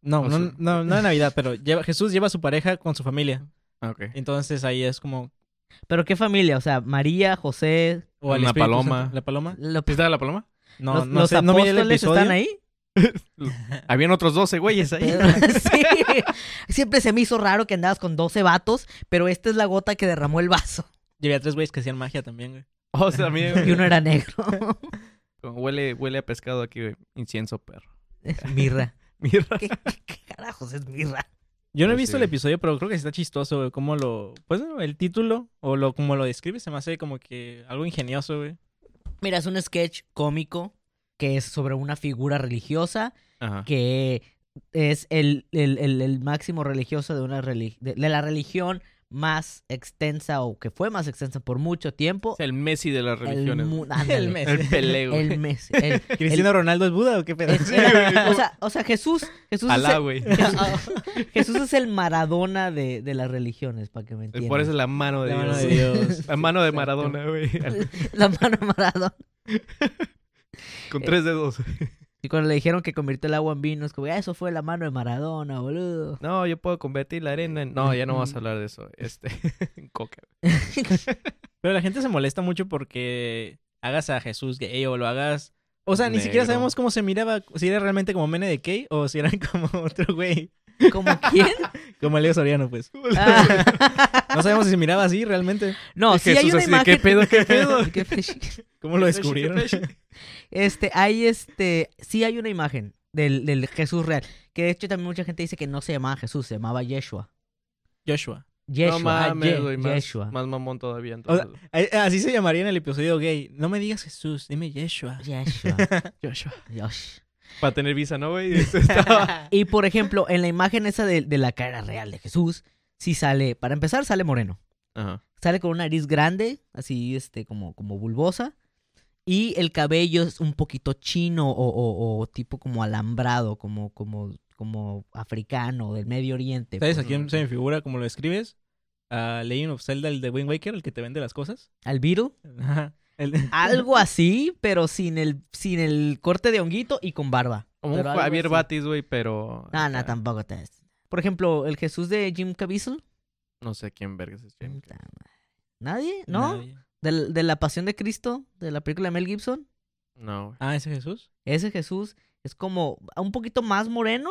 Speaker 3: no,
Speaker 1: o
Speaker 3: no,
Speaker 1: sea-
Speaker 3: no, no de Navidad, pero lleva, Jesús lleva a su pareja con su familia.
Speaker 1: Ah, Ok.
Speaker 3: Entonces ahí es como...
Speaker 2: ¿Pero qué familia? O sea, María, José,
Speaker 3: o al
Speaker 1: Una
Speaker 3: Espíritu
Speaker 1: paloma.
Speaker 3: Santo. ¿La paloma?
Speaker 2: lo-
Speaker 1: ¿Sí estaba la paloma?
Speaker 3: No,
Speaker 2: los,
Speaker 3: no
Speaker 2: los
Speaker 3: sé, no miré el
Speaker 2: apóstoles
Speaker 3: episodio.
Speaker 2: están ahí.
Speaker 1: Habían otros 12 güeyes ahí.
Speaker 2: Sí. Siempre se me hizo raro que andabas con 12 vatos, pero esta es la gota que derramó el vaso.
Speaker 3: Llevé a tres güeyes que hacían magia también, güey.
Speaker 1: O sea, mira, güey,
Speaker 2: Y uno era negro.
Speaker 1: huele, huele a pescado aquí, güey. Incienso, perro.
Speaker 2: mirra.
Speaker 1: Mira.
Speaker 2: ¿Qué, qué- qué carajos es mirra?
Speaker 3: Yo no he
Speaker 1: Pues
Speaker 3: visto
Speaker 1: sí.
Speaker 3: el episodio, pero creo que está chistoso, güey. Cómo lo... Pues no, el título o lo como lo describe se me hace como que algo ingenioso, güey.
Speaker 2: Mira, es un sketch cómico que es sobre una figura religiosa
Speaker 1: Ajá.
Speaker 2: que es el, el- el- el máximo religioso de, una relig- de, de la religión más extensa o que fue más extensa por mucho tiempo.
Speaker 1: Es el Messi de las religiones.
Speaker 2: mu-
Speaker 1: güey.
Speaker 2: ándale.
Speaker 3: El mes.
Speaker 1: El Pelé, güey.
Speaker 2: El mes. el-
Speaker 3: ¿Cristiano Ronaldo es Buda o qué pedo?
Speaker 2: el- era- o, sea, o sea, Jesús, Jesús, es
Speaker 1: Alá,
Speaker 2: el,
Speaker 1: güey.
Speaker 3: Ah.
Speaker 2: Jesús es el Maradona de, de las religiones, para que me entiendan.
Speaker 1: Por eso es la mano de
Speaker 3: La mano
Speaker 1: Dios.
Speaker 3: de
Speaker 1: güey.
Speaker 3: Dios.
Speaker 1: La mano de
Speaker 3: Exacto.
Speaker 1: Maradona, güey. Al-
Speaker 2: La mano de Maradona.
Speaker 1: Con tres dedos.
Speaker 2: Y cuando le dijeron que convirtió el agua en vino, es como, "Ah, eso fue la mano de Maradona, boludo.
Speaker 1: No, yo puedo convertir la arena en... No, ya no vamos a hablar de eso. Este, en coca.
Speaker 3: Pero la gente se molesta mucho porque hagas a Jesús gay o lo hagas. O sea, ni siquiera
Speaker 1: Negro.
Speaker 3: sabemos cómo se miraba, si era realmente como Mene de Key o si era como otro güey,
Speaker 2: ¿Como quién?
Speaker 3: como Leo Soriano, pues.
Speaker 2: Ah,
Speaker 3: No sabemos si se miraba así realmente.
Speaker 2: no,
Speaker 1: Y
Speaker 2: sí hay
Speaker 1: Jesús
Speaker 2: una
Speaker 1: así de,
Speaker 2: imagen.
Speaker 1: "¿Qué pedo, qué pedo?"
Speaker 2: ¿Qué pedo?
Speaker 3: ¿Cómo lo descubrieron?
Speaker 2: Este, hay este, sí hay una imagen del, del Jesús real. Que de hecho también mucha gente dice que no se llamaba Jesús, se llamaba Yeshua.
Speaker 3: Joshua.
Speaker 2: Yeshua. ah,
Speaker 1: no mames,
Speaker 2: Ye-
Speaker 1: güey. Más,
Speaker 2: Yeshua.
Speaker 1: más mamón todavía.
Speaker 3: O sea,
Speaker 1: Entonces.
Speaker 3: a- así se llamaría en el episodio gay. No me digas Jesús, dime Yeshua.
Speaker 2: Yeshua.
Speaker 1: Joshua.
Speaker 2: Yosh.
Speaker 1: Para tener visa, ¿no, güey? Eso estaba-
Speaker 2: Y por ejemplo, en la imagen esa de, de la cara real de Jesús, sí sale, para empezar, sale moreno.
Speaker 1: Ajá.
Speaker 2: Sale con una nariz grande, así este, como, como bulbosa. Y el cabello es un poquito chino o, o- o tipo como alambrado, como, como, como africano del Medio Oriente.
Speaker 3: ¿Sabes
Speaker 2: pues.
Speaker 3: a quién se me figura como lo escribes? A Legend of Zelda, el de Wind Waker, el que te vende las cosas.
Speaker 2: Al Beatle.
Speaker 3: Ajá. El-
Speaker 2: Algo así, pero sin el, sin el corte de honguito y con barba.
Speaker 1: Como un
Speaker 2: Pero algo
Speaker 1: Javier
Speaker 2: así.
Speaker 1: Batis, güey, pero.
Speaker 2: No, no, tampoco te Por ejemplo, el Jesús de Jim Caviezel.
Speaker 1: No sé quién vergas es James.
Speaker 2: Puta madre. ¿Nadie? ¿No?
Speaker 3: Nadie.
Speaker 2: Del- de La Pasión de Cristo, de la película de Mel Gibson.
Speaker 1: No, güey.
Speaker 3: Ah, ese Jesús.
Speaker 2: Ese Jesús es como un poquito más moreno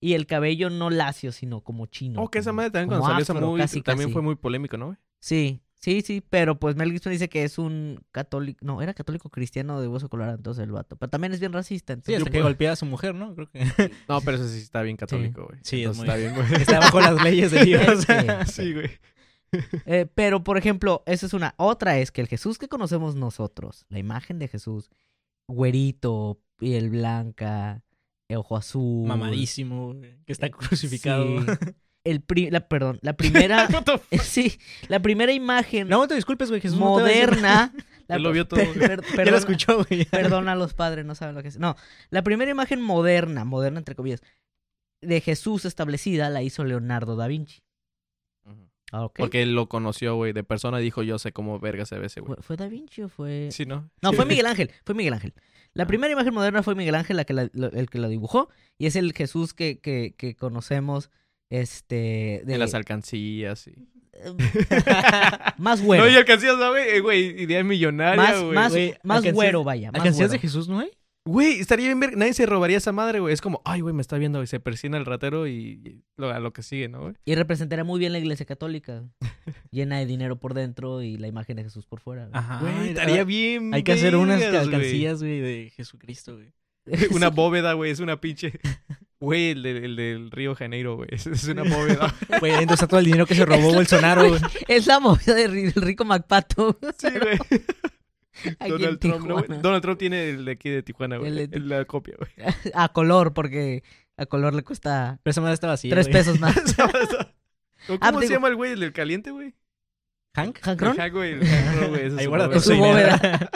Speaker 2: y el cabello no lacio, sino como chino.
Speaker 1: oh, que esa
Speaker 2: como-
Speaker 1: madre también
Speaker 2: como
Speaker 1: cuando salió esa
Speaker 2: afro,
Speaker 1: movie
Speaker 2: casi,
Speaker 1: también
Speaker 2: casi.
Speaker 1: fue muy polémico, ¿no, güey?
Speaker 2: Sí, sí, sí, pero pues Mel Gibson dice que es un católico, no, era católico cristiano de hueso colorado entonces el vato, pero también es bien racista,
Speaker 3: Sí,
Speaker 2: entonces
Speaker 3: hasta que golpea a su mujer, ¿no? Creo que
Speaker 1: No, pero eso sí está bien católico, güey.
Speaker 3: Sí, es
Speaker 1: Entonces
Speaker 3: muy-
Speaker 1: está bien, güey.
Speaker 3: está bajo las leyes de Dios.
Speaker 2: Sí.
Speaker 1: sí, güey.
Speaker 2: Eh, pero, por ejemplo, esa es una. Otra es que el Jesús que conocemos nosotros, la imagen de Jesús, güerito, piel blanca, eh, ojo azul.
Speaker 3: Mamadísimo, güey, que está
Speaker 2: eh,
Speaker 3: crucificado.
Speaker 2: sí. El pri- la, perdón, la primera.
Speaker 1: What the f-
Speaker 2: sí, la primera imagen
Speaker 3: No, te disculpes, güey, Jesús. no te va a decir
Speaker 2: moderna. la-
Speaker 1: Él lo vio todo, güey.
Speaker 2: per-
Speaker 3: nada. Ya lo
Speaker 2: perdona-
Speaker 3: escuchó, güey.
Speaker 2: Perdona a los padres, no saben lo que es. No, la primera imagen moderna, moderna entre comillas, de Jesús establecida la hizo Leonardo da Vinci.
Speaker 1: Ujú.
Speaker 2: Ah, ok.
Speaker 1: Porque él lo conoció, güey, de persona dijo, yo sé cómo verga se ve ese,
Speaker 2: ¿Fue,
Speaker 1: güey.
Speaker 2: fue da Vinci o fue.?
Speaker 1: Sí, ¿no?
Speaker 2: No, fue Miguel Ángel, fue Miguel Ángel. La
Speaker 1: Ah.
Speaker 2: primera imagen moderna fue Miguel Ángel la que la- lo- el que la dibujó y es el Jesús que, que, que conocemos este de
Speaker 1: En las alcancillas y...
Speaker 2: más güero.
Speaker 1: No, y alcancillas, ¿no, güey? Eh, Güey, idea millonaria,
Speaker 2: más
Speaker 1: güey.
Speaker 2: más,
Speaker 3: güey,
Speaker 2: más
Speaker 3: alcancías-
Speaker 2: güero, vaya, más
Speaker 3: ¿Alcancías de
Speaker 2: güero.
Speaker 3: Jesús no hay?
Speaker 1: Güey, estaría bien ver... Nadie se robaría esa madre, güey. Es como, ay, güey, me está viendo, y se persina el ratero y, y lo, a lo que sigue, ¿no, güey?
Speaker 2: Y representará muy bien la Iglesia Católica, llena de dinero por dentro y la imagen de Jesús por fuera.
Speaker 3: Ajá.
Speaker 1: Güey, estaría bien
Speaker 3: Hay que hacer unas
Speaker 1: vergas, güey.
Speaker 3: alcancillas, güey, de Jesucristo, güey.
Speaker 1: Una bóveda, güey, es una pinche... Güey, el, de- el del Río Janeiro, güey. Es, es una bóveda.
Speaker 3: Güey, entonces todo el dinero que se robó Bolsonaro, güey.
Speaker 2: Es la movida de ri- del rico Macpato.
Speaker 1: Sí, güey.
Speaker 2: aquí
Speaker 1: Donald
Speaker 2: en
Speaker 1: Trump, ¿no, güey?
Speaker 2: Tijuana.
Speaker 1: Donald Trump tiene el de aquí de Tijuana, güey.
Speaker 2: El de-
Speaker 1: El- La copia, güey.
Speaker 2: A color, porque a color le cuesta
Speaker 3: Pero esa madre está vacía.
Speaker 2: tres
Speaker 3: güey.
Speaker 2: pesos más.
Speaker 1: ¿Cómo
Speaker 2: Ah,
Speaker 1: se
Speaker 2: digo-
Speaker 1: llama el güey? ¿El del caliente, güey?
Speaker 3: ¿Hank?
Speaker 1: El
Speaker 2: ¿Jancrón?
Speaker 1: Hank, güey. El Hank, güey. esa es
Speaker 3: Ahí
Speaker 1: su
Speaker 3: guarda
Speaker 1: bóveda.
Speaker 3: todo
Speaker 2: su
Speaker 3: su dinero.
Speaker 2: bóveda.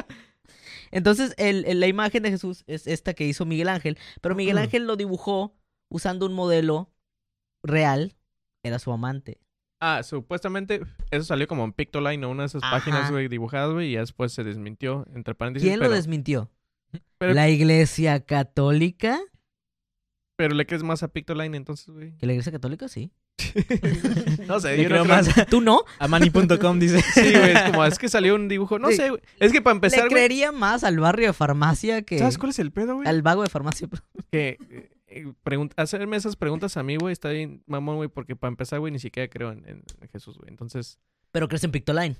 Speaker 2: Entonces, el- el- la imagen de Jesús es esta que hizo Miguel Ángel, pero
Speaker 3: Mm.
Speaker 2: Miguel
Speaker 1: Ujú.
Speaker 2: Ángel lo dibujó usando un modelo real, era su amante.
Speaker 1: Ah, supuestamente eso salió como en Pictoline o una de esas
Speaker 2: Ajá.
Speaker 1: páginas, güey, dibujadas, güey, y ya después se desmintió, entre paréntesis.
Speaker 2: ¿Quién
Speaker 1: pero,
Speaker 2: lo desmintió?
Speaker 1: pero-
Speaker 2: ¿La iglesia católica?
Speaker 1: pero le crees más a Pictoline entonces, güey.
Speaker 2: ¿Que la iglesia católica? Sí.
Speaker 1: No sé,
Speaker 3: Le
Speaker 1: yo no creo-
Speaker 3: creo más
Speaker 2: ¿Tú no?
Speaker 3: a Manny.com, dice.
Speaker 1: Sí, güey, es como, es que salió un dibujo, no
Speaker 2: Le-
Speaker 1: sé, güey. Es que para empezar,
Speaker 2: Le
Speaker 1: güey,
Speaker 2: creería más al barrio de farmacia que
Speaker 1: ¿sabes cuál es el pedo, güey?
Speaker 2: al vago de farmacia.
Speaker 1: Que eh, eh, pregun- hacerme esas preguntas a mí, güey, está bien mamón, güey, porque para empezar, güey, ni siquiera creo en, en- en Jesús, güey. Entonces,
Speaker 2: Pero crees en Pictoline.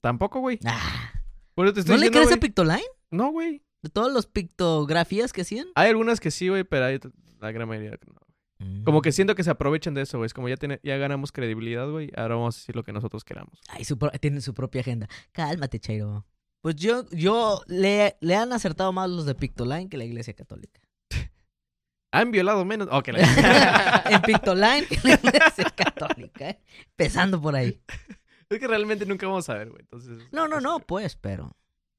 Speaker 1: tampoco, güey.
Speaker 2: Ah,
Speaker 1: Por eso te
Speaker 2: ¿No
Speaker 1: estoy
Speaker 2: le
Speaker 1: diciendo,
Speaker 2: crees
Speaker 1: güey,
Speaker 2: a Pictoline?
Speaker 1: No, güey.
Speaker 2: ¿De todas las pictografías que hacían?
Speaker 1: Hay algunas que sí, güey, pero hay ot- la gran mayoría que no. Mm. Como que siento que se aprovechan de eso, güey. Es como ya, tiene, ya ganamos credibilidad, güey. Ahora vamos a decir lo que nosotros queramos.
Speaker 2: Ay, su pro- tienen su propia agenda. Cálmate, Chairo. Pues yo, yo le, le han acertado más los de Pictoline que la Iglesia Católica.
Speaker 1: Han violado menos. Ok, la-
Speaker 2: en Pictoline que la Iglesia Católica. ¿eh? Empezando por ahí.
Speaker 1: es que realmente nunca vamos a ver, güey. Entonces.
Speaker 2: No, no, no,
Speaker 1: sé.
Speaker 2: pues, pero.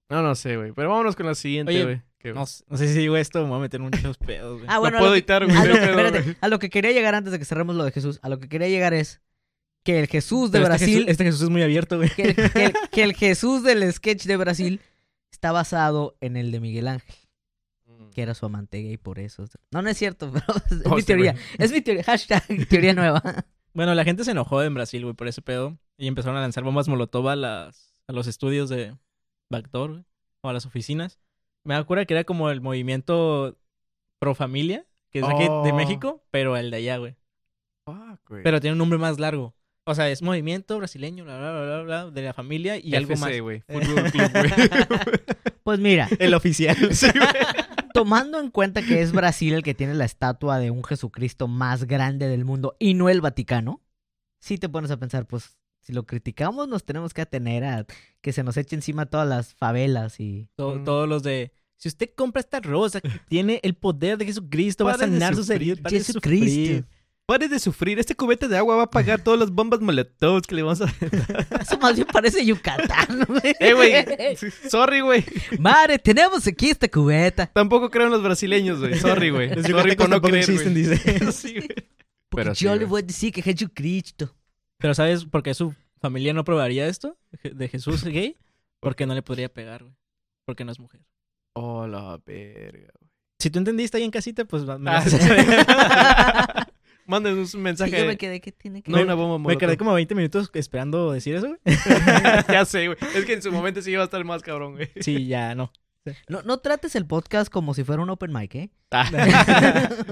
Speaker 1: No, no sé, güey. Pero vámonos con la siguiente,
Speaker 3: Oye,
Speaker 1: güey. que-
Speaker 3: No, sé- no sé si digo esto, me voy a meter muchos pedos, güey.
Speaker 2: Ah, bueno,
Speaker 1: lo puedo
Speaker 2: a lo que-
Speaker 1: editar, güey.
Speaker 2: a
Speaker 1: no
Speaker 2: lo,
Speaker 1: hay pedo, güey.
Speaker 2: espérate, a lo que quería llegar antes de que cerremos lo de Jesús, a lo que quería llegar es que el Jesús de
Speaker 3: Pero este
Speaker 2: Brasil
Speaker 3: Jesús- este Jesús es muy abierto, güey.
Speaker 2: que, el- que el- que el Jesús del sketch de Brasil está basado en el de Miguel Ángel,
Speaker 1: Mm.
Speaker 2: que era su amante gay, por eso. No, no es cierto, pero es mi
Speaker 1: Hostia,
Speaker 2: teoría.
Speaker 1: güey.
Speaker 2: Es mi teoría. Hashtag teoría nueva.
Speaker 3: Bueno, la gente se enojó en Brasil, güey, por ese pedo. Y empezaron a lanzar bombas molotov a, las, a los estudios de Backdoor, güey, o a las oficinas. Me acuerdo que era como el movimiento pro familia, que es de aquí de
Speaker 1: Oh.
Speaker 3: México, pero el de allá, güey.
Speaker 1: Fuck, güey.
Speaker 3: Pero tiene un nombre más largo. O sea, es movimiento brasileño, bla, bla, bla, bla, bla, de la familia y algo
Speaker 1: FC,
Speaker 3: más. Eh,
Speaker 1: güey. Fútbol club, güey.
Speaker 2: Pues mira,
Speaker 3: El oficial.
Speaker 1: sí, güey.
Speaker 2: tomando en cuenta que es Brasil el que tiene la estatua de un Jesucristo más grande del mundo y no el Vaticano, si te pones a pensar, pues si lo criticamos nos tenemos que atener a que se nos eche encima todas las favelas y...
Speaker 3: To-
Speaker 1: Mm.
Speaker 3: Todos los de. Si usted compra esta rosa que tiene el poder de Jesucristo, va a
Speaker 1: Pare de
Speaker 3: sanar sus
Speaker 1: sufrir.
Speaker 3: heridas. pare de
Speaker 2: Jesucristo.
Speaker 3: sufrir".
Speaker 1: Pare de sufrir, este cubete de agua va a pagar todas las bombas molotov que le vamos a...
Speaker 2: Eso más bien parece Yucatán, güey.
Speaker 1: ¡Eh, güey! Sorry, güey.
Speaker 2: Madre, tenemos aquí esta cubeta.
Speaker 1: Tampoco creo en los brasileños, güey. Sorry, güey.
Speaker 3: Los
Speaker 1: Sorry
Speaker 3: yucatecos
Speaker 1: por no
Speaker 3: tampoco
Speaker 1: creer,
Speaker 3: existen,
Speaker 1: güey.
Speaker 3: dice.
Speaker 1: Sí, güey.
Speaker 2: Porque
Speaker 1: Pero sí,
Speaker 2: yo
Speaker 1: güey.
Speaker 2: le voy a decir que Jesucristo.
Speaker 3: Pero ¿sabes por qué su familia no probaría esto? Je- De Jesús gay. Porque no le podría pegar, güey. Porque no es mujer.
Speaker 1: Oh, la verga.
Speaker 3: Si tú entendiste ahí en casita, pues va- me,
Speaker 1: Ah,
Speaker 3: vas a-
Speaker 1: sí. Mándenos un mensaje.
Speaker 2: Sí, yo me quedé que tiene que
Speaker 1: No
Speaker 2: ver?
Speaker 1: una bomba molotov.
Speaker 3: me quedé como 20 minutos esperando decir eso, güey.
Speaker 1: "Ah, ya sé, güey. Es que en su momento sí iba a estar más cabrón, güey.
Speaker 3: Sí, ya no.
Speaker 2: No, no trates el podcast como si fuera un open mic, ¿eh?
Speaker 1: Ah.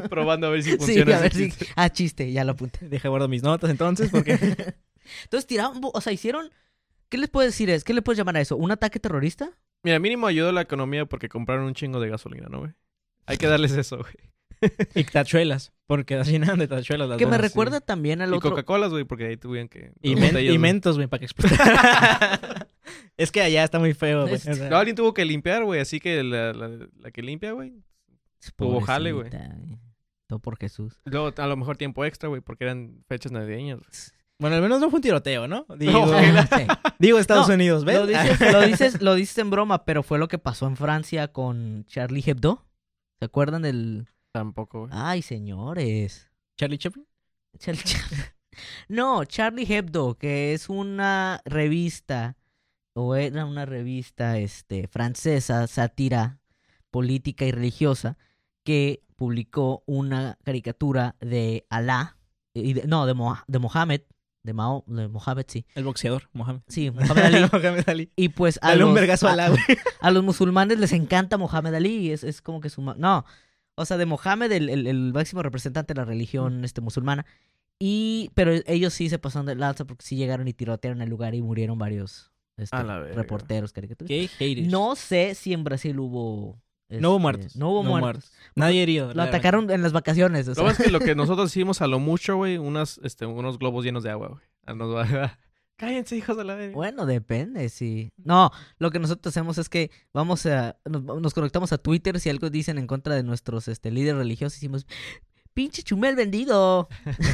Speaker 1: Probando a ver si
Speaker 2: Sí,
Speaker 1: funciona.
Speaker 2: a ver
Speaker 1: ese
Speaker 2: si...
Speaker 1: chiste.
Speaker 2: Ah, chiste, ya lo apunté.
Speaker 3: Deja guardo mis notas entonces, porque
Speaker 2: Entonces tiraron, bo- o sea, hicieron... ¿Qué les puedo decir? es ¿Qué le puedes llamar a eso? ¿Un ataque terrorista?
Speaker 1: Mira, mínimo ayudó la economía porque compraron un chingo de gasolina, ¿no, güey? Hay que darles eso, güey.
Speaker 3: Y tachuelas, porque las llenaban de tachuelas las
Speaker 2: Que me
Speaker 3: bombas,
Speaker 2: recuerda también al
Speaker 1: Y
Speaker 2: otro...
Speaker 1: Coca-Colas, güey, porque ahí tuvieron que...
Speaker 3: sí. Y,
Speaker 1: las
Speaker 3: men-
Speaker 1: botellas,
Speaker 3: y
Speaker 1: güey.
Speaker 3: mentos, güey, para que explote. es que allá está muy feo, güey. O sea,
Speaker 1: No, alguien tuvo que limpiar, güey, así que la, la- la que limpia, güey. Tuvo jale, güey.
Speaker 2: Pobrecita, eh, Todo por Jesús.
Speaker 1: Luego, a lo mejor tiempo extra, güey, porque eran fechas navideñas. güey.
Speaker 3: Bueno, al menos no fue un tiroteo, ¿no? Pues Digo,
Speaker 2: Ah, sí.
Speaker 3: digo Estados
Speaker 2: No,
Speaker 3: Unidos, ¿ves? Ah.
Speaker 2: Lo dices, lo, dices, lo dices en broma, pero fue lo que pasó en Francia con Charlie Hebdo. ¿Se acuerdan del...?
Speaker 1: Tampoco, güey.
Speaker 2: Ay, señores.
Speaker 3: Charlie Chaplin.
Speaker 2: Char- Char- No, Charlie Hebdo, que es una revista, o era una revista este, francesa, sátira política y religiosa, que publicó una caricatura de Alá, y de- no, de, Moha- de Mohamed, de, Mao, de Mohamed, sí.
Speaker 3: El boxeador, Mohamed.
Speaker 2: Sí, Mohamed Ali.
Speaker 3: Mohamed Ali. ah.
Speaker 2: Y pues a
Speaker 3: Dale un
Speaker 2: los-
Speaker 3: vergazo
Speaker 2: a-
Speaker 3: al agua.
Speaker 2: a los musulmanes les encanta Mohamed Ali, es, es como que su... ma- No, o sea, de Mohamed, el, el- el máximo representante de la religión este, musulmana. Y, pero ellos sí se pasaron de lanza porque sí llegaron y tirotearon el lugar y murieron varios este,
Speaker 1: A la verga.
Speaker 2: reporteros, caricaturistas.
Speaker 3: Qué haters.
Speaker 2: No sé si en Brasil hubo...
Speaker 3: No hubo
Speaker 2: este,
Speaker 3: muertos.
Speaker 2: No hubo muertos.
Speaker 3: Nadie herido.
Speaker 2: Lo
Speaker 3: la verdad.
Speaker 2: atacaron en las vacaciones. o
Speaker 1: Lo
Speaker 2: sea.
Speaker 1: más que lo que nosotros hicimos a lo mucho, güey, unas, este, unos globos llenos de agua, güey. Ah, nos va- Cállense, hijos de la verga.
Speaker 2: Bueno, depende, sí. No, lo que nosotros hacemos es que vamos a nos, nos conectamos a Twitter si algo dicen en contra de nuestros este líderes religiosos hicimos pinche chumel vendido,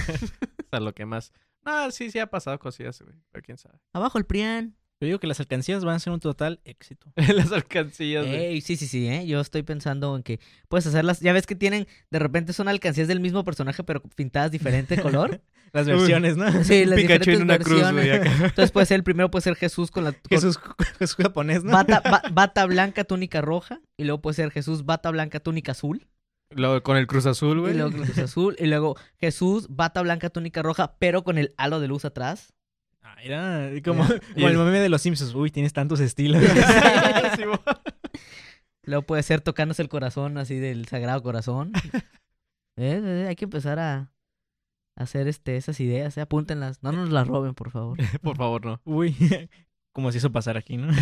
Speaker 1: O sea, lo que más. Ah, sí, sí ha pasado cosillas, güey. Pero quién sabe.
Speaker 2: abajo el PRIAN.
Speaker 3: Yo digo que las alcancías van a ser un total éxito.
Speaker 1: Las alcancillas, güey.
Speaker 2: Ey, sí, sí, sí, ¿eh? yo estoy pensando en que puedes hacerlas, ya ves que tienen de repente son alcancías del mismo personaje pero pintadas diferente color.
Speaker 3: Las
Speaker 1: Uy.
Speaker 3: versiones, ¿no?
Speaker 2: Sí, las
Speaker 1: Pikachu
Speaker 2: diferentes
Speaker 1: en una cruz,
Speaker 2: versiones.
Speaker 1: güey. acá.
Speaker 2: Entonces puede ser el primero puede ser Jesús con la con
Speaker 3: Jesús, Jesús japonés, ¿no?
Speaker 2: bata, ba- bata blanca, túnica roja y luego puede ser Jesús bata blanca, túnica azul.
Speaker 1: Lo- con el Cruz Azul, güey.
Speaker 2: Y luego Cruz Azul. Y luego Jesús, bata blanca, túnica roja, pero con el halo de luz atrás.
Speaker 3: Ah, era como,
Speaker 2: Ya.
Speaker 3: como el meme de los Simpsons. Uy, tienes tantos estilos.
Speaker 1: Sí, güey.
Speaker 2: Luego puede ser tocándose el corazón, así del sagrado corazón. ¿Ves? ¿Ves? Hay que empezar a a hacer este, esas ideas. ¿eh? Apúntenlas. No nos las roben, por favor.
Speaker 1: Por favor, no.
Speaker 3: Uy, como si eso pasara aquí, ¿no?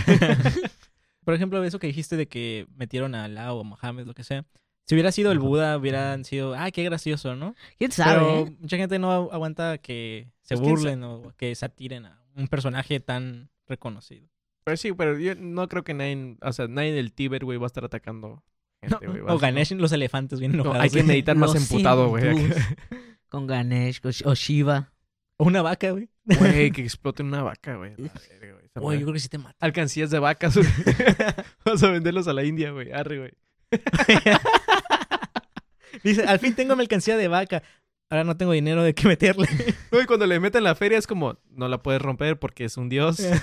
Speaker 3: Por ejemplo, eso que dijiste de que metieron a Alá o a Mohamed, lo que sea. Si hubiera sido el
Speaker 2: Ajá.
Speaker 3: Buda, hubieran sido, ah, qué gracioso, ¿no?
Speaker 2: ¿Quién sabe?
Speaker 3: Pero
Speaker 2: eh?
Speaker 3: mucha gente no agu- aguanta que se
Speaker 1: Es que
Speaker 3: burlen o que satiren a un personaje tan reconocido.
Speaker 1: Pero sí, pero yo no creo que nadie, o sea, nadie del Tíber, güey, va a estar atacando gente, güey. Va a
Speaker 3: o
Speaker 1: ser-
Speaker 3: Ganesh, los elefantes bien
Speaker 1: No,
Speaker 3: enojados. ¿eh?
Speaker 1: hay que meditar más
Speaker 2: Los
Speaker 1: emputado, güey.
Speaker 2: hindús Con Ganesh, con Sh- o Shiva.
Speaker 3: O una vaca, güey.
Speaker 1: Güey, que explote una vaca, güey. La verga, güey. Esa madre.
Speaker 3: creo que sí te mata.
Speaker 1: Alcancías de vacas. güey. Vamos a venderlos a la India, güey. Arre, güey.
Speaker 3: Dice, al fin tengo mi alcancía de vaca. Ahora no tengo dinero de qué meterle.
Speaker 1: No, y cuando le meten la feria es como, no la puedes romper porque es un dios.